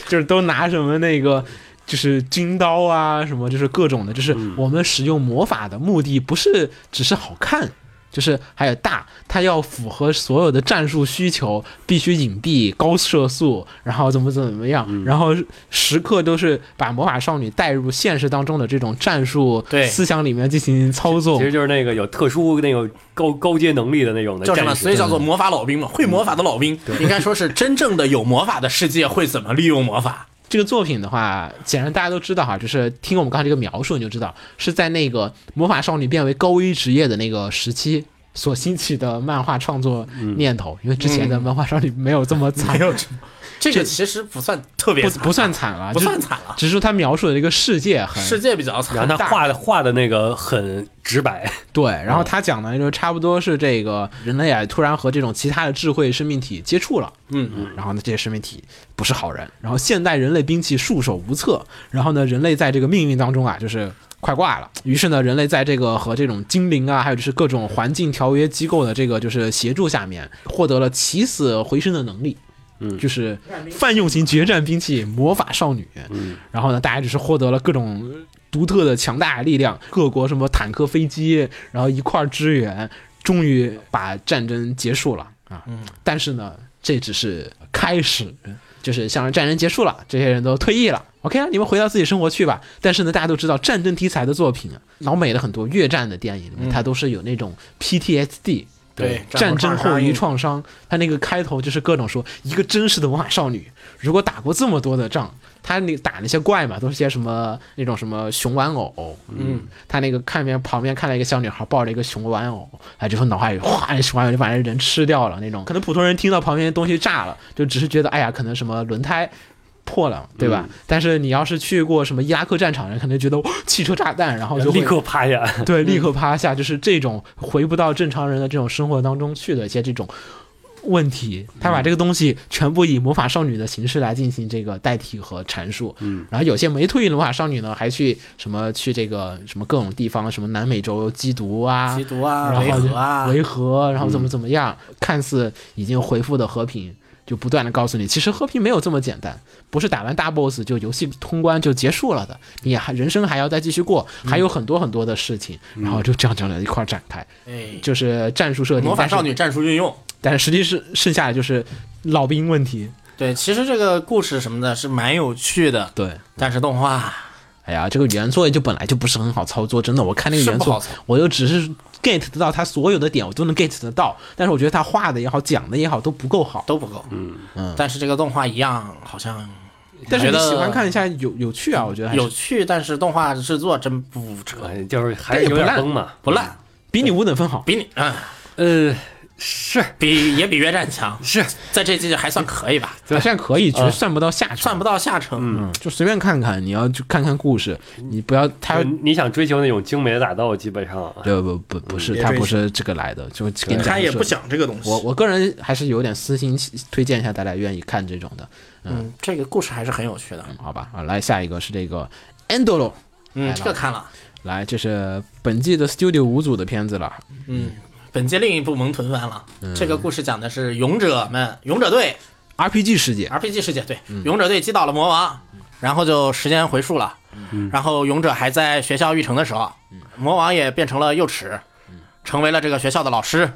就是都拿什么那个。就是军刀啊，什么就是各种的，就是
嗯
我们使用魔法的目的不是只是好看，就是还有大，它要符合所有的战术需求，必须隐蔽、高射速，然后怎么怎么怎么样，
嗯
然后时刻都是把魔法少女带入现实当中的这种战术
对
思想里面进行操
其
作
实。就是那个有特殊那种高高阶能力的那种的
叫什么？
战士
所以叫做魔法老兵嘛，会魔法的老兵，应该说是真正的有魔法的世界会怎么利用魔法。
这个作品的话，显然大家都知道哈，就是听我们刚才这个描述，你就知道是在那个魔法少女变为高危职业的那个时期所兴起的漫画创作念头，因为之前的漫画少女没有这么惨，
嗯有，这个其实不算特别
不
惨
不算惨了，
不
就是
算惨了，
只是说他描述的这个世界很
世界比较
然
惨。
后他画的画的那个很直 白，
对，然
嗯
后他讲的就差不多是这个人类啊，突然和这种其他的智慧生命体接触了，
嗯
嗯，然后呢，这些生命体不是好人，然后现代人类兵器束手无策，然后呢，人类在这个命运当中啊，就是快挂了。于是呢，人类在这个和这种精灵啊，还有就是各种环境条约机构的这个就是协助下面，获得了起死回生的能力。就是泛用型决战兵器魔法少女。然后呢，大家就是获得了各种独特的强大的力量，各国什么坦克、飞机，然后一块儿支援，终于把战争结束了啊。但是呢，这只是开始。就是像战争结束了，这些人都退役了，OK 啊，你们回到自己生活去吧。但是呢，大家都知道战争题材的作品啊，老美的很多越战的电影里面，它都是有那种 PTSD，
对
战争后
遗
遗创伤，他那个开头就是各种说一个真实的魔法少女，如果打过这么多的仗，他那打那些怪嘛，都是些什么那种什么熊玩偶，嗯，他那个看边旁边看到一个小女孩抱着一个熊玩偶，哎，就说脑海里哗，那熊玩偶就把人人吃掉了那种，可能普通人听到旁边东西炸了，就只是觉得哎呀，可能什么轮胎。破了，对吧？但是你要是去过什么伊拉克战场，人可能觉得、哦汽车炸弹，然后就会
立刻趴下。
对，立刻趴下，就是这种回不到正常人的这种生活当中去的一些这种问题，他把这个东西全部以魔法少女的形式来进行这个代替和阐述。嗯，然后有些没退役的魔法少女呢，还去什么去这个什么各种地方，什么南美洲缉毒
嗯
啊，
缉毒啊
然后
维和啊
维和，然后怎么怎么样，看似已经回复的和平。就不断的告诉你，其实和平没有这么简单，不是打完大 boss 就游戏通关就结束了的，你还人生还要再继续过，还有很多很多的事情，然后就这样这样的一块儿展开，
哎，
就是战术设定。
魔法
但是
少女战术运用。
但是实际是剩下的就是老兵问题。
对，其实这个故事什么的是蛮有趣的，
对，
但是动画
哎呀，这个原作就本来就不是很好操作，真的，我看那个原
是不好
作
操，
我就只是 get 得到他所有的点，我都能 get 得到，但是我觉得他画的也好，讲的也好，都不够好。
都不够。嗯嗯，但是这个动画一样，好像
但是
觉
你
得
喜欢看一下有有趣啊，我觉得还是
有趣，但是动画制作真不 扯
哎就是还是有点崩嘛，
不烂，
比你五等分好。
比你嗯
呃，是
比也比约战强，
是，
在这季还算可以吧，
他现在可以，只是呃算不到下
算
场，
不到下乘。
嗯就随便看看。你要去看看故事，你不要他
嗯
就你想追求那种精美的打斗，基本上
不不不不是
别
他
追
不
求
是这个来的，就给你
他
讲
也
述
不想这个东西。
我我个人还是有点私心，推荐一下大家愿意看这种的，
嗯，这个故事还是很有趣的。
好吧？啊，来下一个是这个 Endolo，
嗯，这个看了。
来这是本季的 Studio 五组的片子了，
嗯，本季另一部萌臀番了。这个故事讲的是勇者们，勇者队
RPG 世界，
RPG 世界，对，勇者队击倒了魔王，然后就时间回溯了。然后勇者还在学校育成的时候，魔王也变成了幼齿，成为了这个学校的老师。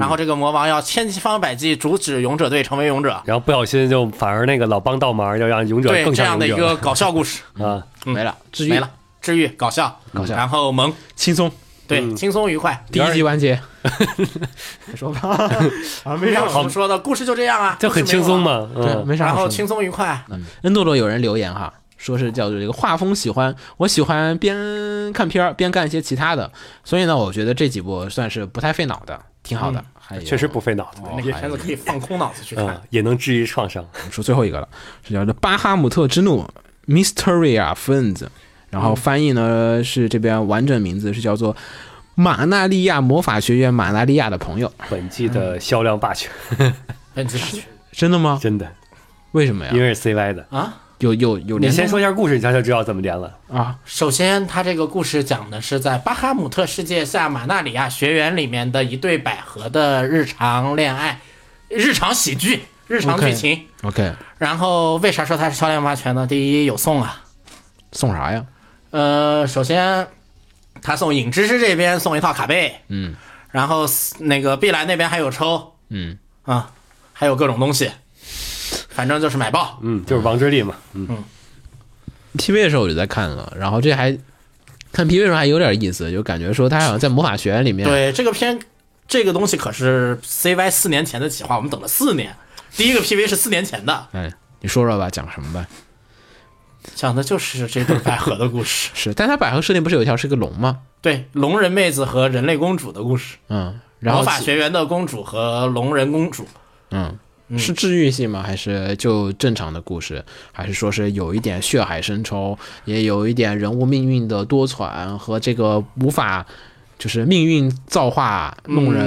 然后这个魔王要千方百计阻止勇者队成为勇者，
然后不小心就反而那个老帮倒忙，要让勇者
对
更
这
像
样的一
勇
个
者
搞笑故事
啊，
嗯
没了，治愈
没了，治愈搞笑，
搞笑
然后萌，
轻松，
对，轻松愉快。
第一集完结，说吧，啊，没
没
啥
有什
好
么，说的，故事就这样啊，
就很轻松
嘛。
嘛，
对，
嗯，
没啥
然
好
后
说的。
轻松愉快，
恩多罗有人留言哈，说是叫做这个画风喜欢，我喜欢边看片儿边干一些其他的，所以呢，我觉得这几部算是不太费脑的，挺好的，还有
嗯确实不费脑子，
那个片子可以放空脑子去
嗯
看。，
也能治愈创 伤。
说最后一个了，是叫做《巴哈姆特之怒》（Mysteria Friends），然
嗯
后翻译呢是这边完整名字是叫做《马纳利亚魔法学院马纳利亚的朋友》，
本季
嗯
的销量霸 权，
本期是
真的吗？
真的，
为什么
因
呀？
为是 CY 的。
啊，
有有有
你
联
先
动
说一下故事，大家就知道怎么连了。
啊？
首先他这个故事讲的是在巴哈姆特世界下马纳里亚学园里面的一对百合的日常恋爱、日常喜剧、日常剧情。
OK，
然后为啥说它是销量霸权呢？第一有送啊，
送啥呀？
呃，首先他送影之师这边送一套卡背，
嗯
然后那个碧蓝那边还有抽
嗯，
啊，还有各种东西，反正就是买爆。
嗯，就是王之力嘛。嗯，
PV 的时候我就在看了，然后这还看 PV 的时候还有点意思，就感觉说他好像在魔法学院里面，
对这个片，这个东西可是 CY 四年前的企划，我们等了四年。第一个 PV 是四年前的，
哎，你说说吧，讲什么呗？，
讲的就是这对百合的故事
是，但他百合设定不是有一条是个龙吗？
对龙人妹子和人类公主的故事，
嗯，然后
魔法
其
学园的公主和龙人公主。
嗯，是治愈系吗？还是就正常的故事？还是说是有一点血海深仇，也有一点人物命运的多舛和这个无法就是命运造化弄人？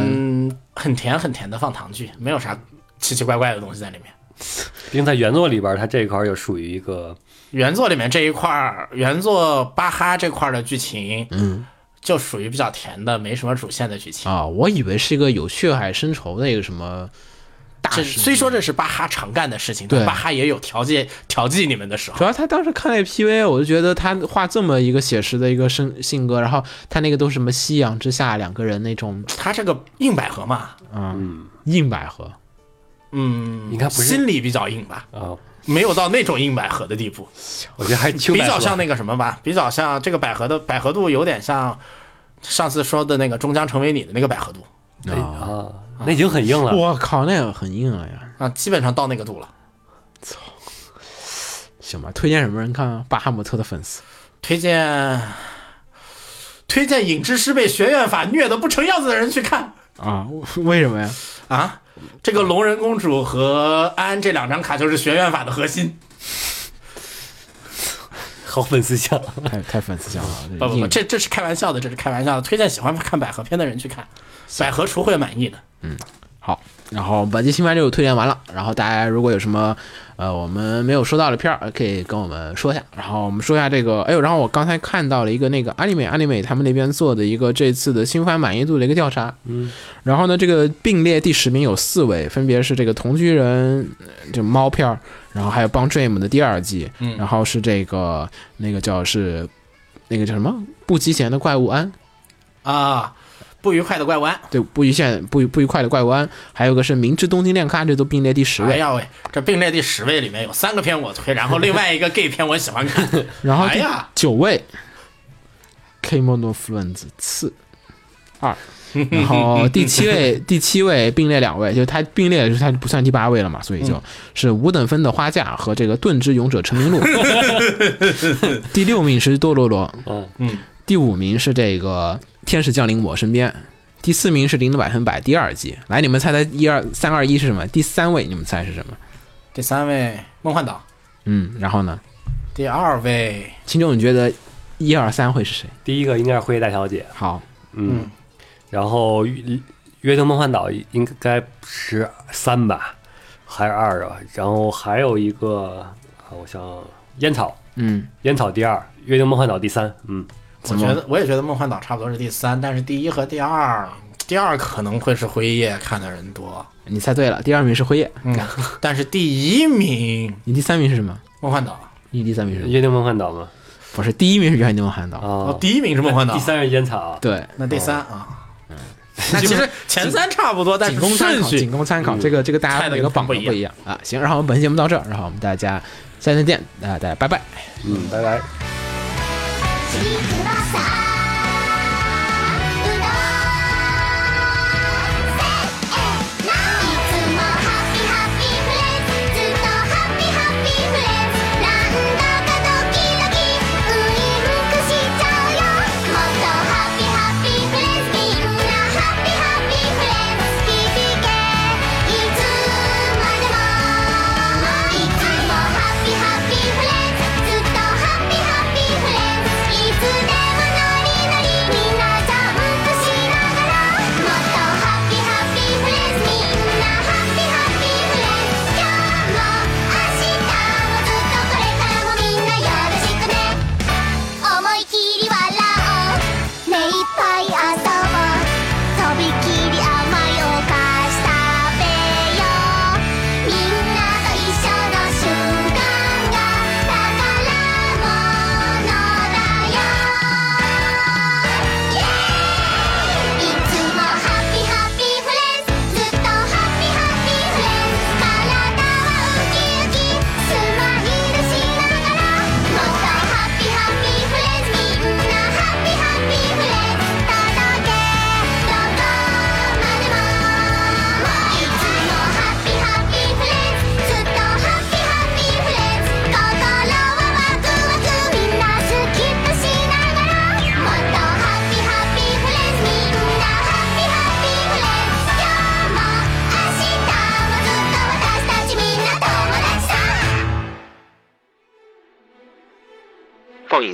嗯，很甜很甜的放糖剧，没有啥奇奇怪怪的东西在里面。
毕竟在原作里边，它这一块儿就属于一个
原作里面这一块儿，原作巴哈这块儿的剧情，嗯，就属于比较甜的，没什么主线的剧情。
啊，我以为是一个有血海深仇的一个什么大
这
事
虽说这是巴哈常干的事情，
对
但巴哈也有调剂调剂你们的时候
主。要他当时看那 PV，我就觉得他画这么一个写实的一个生性格，然后他那个都是什么夕阳之下两个人那种
他这个硬百合嘛，
硬百合，
嗯，
应该不是
心理比较硬吧，
啊，
没有到那种硬百合的地步，
我觉得还是清
比
白
较
合
像那个什么吧，比较像这个百合的百合度有点像上次说的那个终将成为你的那个百合度
哎啊，那已经很硬了。
我靠，那个很硬了呀。
啊，基本上到那个度了。
行吧，推荐什么人看啊？巴哈姆特的粉丝，
推荐推荐影之师被学院法虐得不成样子的人去看
啊，为什么呀？
啊！这个龙人公主和安这两张卡就是学院法的核心。
好粉丝像，
太太粉丝向了，
不不
硬
不，这这是开玩笑的，这是开玩笑的。推荐喜欢看百合片的人去看，百合厨会满意的。
好。然后本期新番就推荐完了，然后大家如果有什么呃我们没有说到的片儿，可以跟我们说一下。然后我们说一下这个，哎呦，然后我刚才看到了一个哎那个 anime anime 他们那边做的一个这次的新番满意度的一个调查，嗯，然后呢，这个并列第十名有四位，分别是这个同居人呃就猫片儿，然后还有《帮 Dream》的第二季，然后是这个那个叫是那个叫什么不吉贤的怪物安，
啊，不愉快的怪弯。
对不愉线不愉不愉快的怪物安，还有个是明治东京恋咖，这都并列第十
哎
位。
呀喂，这并列第十位里面有三个片我推， 然后另外一个 gay 片我喜欢看。
然后
哎
第
呀
九位 k i m o n o Friends 次二，然后第七位第七位并列两位，就是它并列的是它不算第八位了嘛，所以就是五等分的花嫁和这个盾之勇者成名录。第六名是多罗罗，
嗯，
第五名是这个天使降临我身边。第四名是《零的百分百》第二季，来，你们猜猜一二三二一是什么？第三位你们猜是什么？
第三位梦幻岛，
嗯，然后呢？
第二位
秦九，你觉得一二三会是谁？
第一个应该是《辉夜大小姐》，
好，
嗯，然后约《约定梦幻岛》应该是三吧，还是二啊？然后还有一个，啊我想烟草，
嗯，
烟草第二，《约定梦幻岛》第三，嗯，
我觉得我也觉得《梦幻岛》差不多是第三，但是第一和第二，第二可能会是辉夜看的人多，
你猜对了，第二名是辉夜，
嗯，但是第一名《
你第三名是什么？
梦幻岛》
你第三名是什
《
么？
约定梦幻岛》嘛，
不是，第一名是原定梦汉岛。
啊
哦，，第一名是《梦幻岛
第》，三是烟草，
对，
那第三啊，那其实前三差不多，但
嗯
是
仅供参
顺
考，仅
序嗯
供参考。这个这个大家
猜的
每个
跟
榜
不
都
一
不一样啊。行，然后我们本期节目到这儿，然后我们大家下期再见，啊、大家拜拜。
嗯，拜拜。
「うどんさうどん」「せーの」「いつもハッピーハッピーフレンズ」「ずっとハッピーハッピーフレンズ」「なんだかドキドキウインクしちゃうよ」「もっとハッピーハッピーフレンズ」「みんなハッピーハッピーフレンズ」「響けいつまでも」「いつもハッピーハッピーフレンズ」ずっとハッピーハッピーフレンズいつでもノリノリみんなじゃんけんしてハッピーハッピーフレンズもっとハッピーハッピーフレンズみんなハッピーハッピーフレンズ今日も明日もずっとこれからもみんなよろしくね思い切り笑おう目いっぱい遊ぼうとびきり甘いお菓子食べようみんなと一緒の瞬間が宝物だよイエーイいつもハッピーハッピーフレンズずっとハッピーハッピーフレンズ体はウキウキスマイルしながらもっとハッピーハッピーフレンズみんなハッピーハッピーフレンズ届けどこまでもいつもハッピーハッピーフレンズずっとハッピーハッピーフレンズ心はワクワクみんなスキップしながらもっとハッピーハッピーフレンズみんなハッピーハッピーフレンズ今日も明日もずっと私たちみんな友達さ
放映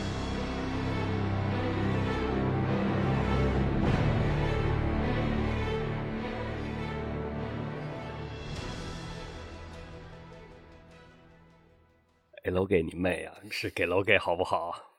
给楼给你妹啊！是给楼给好不好？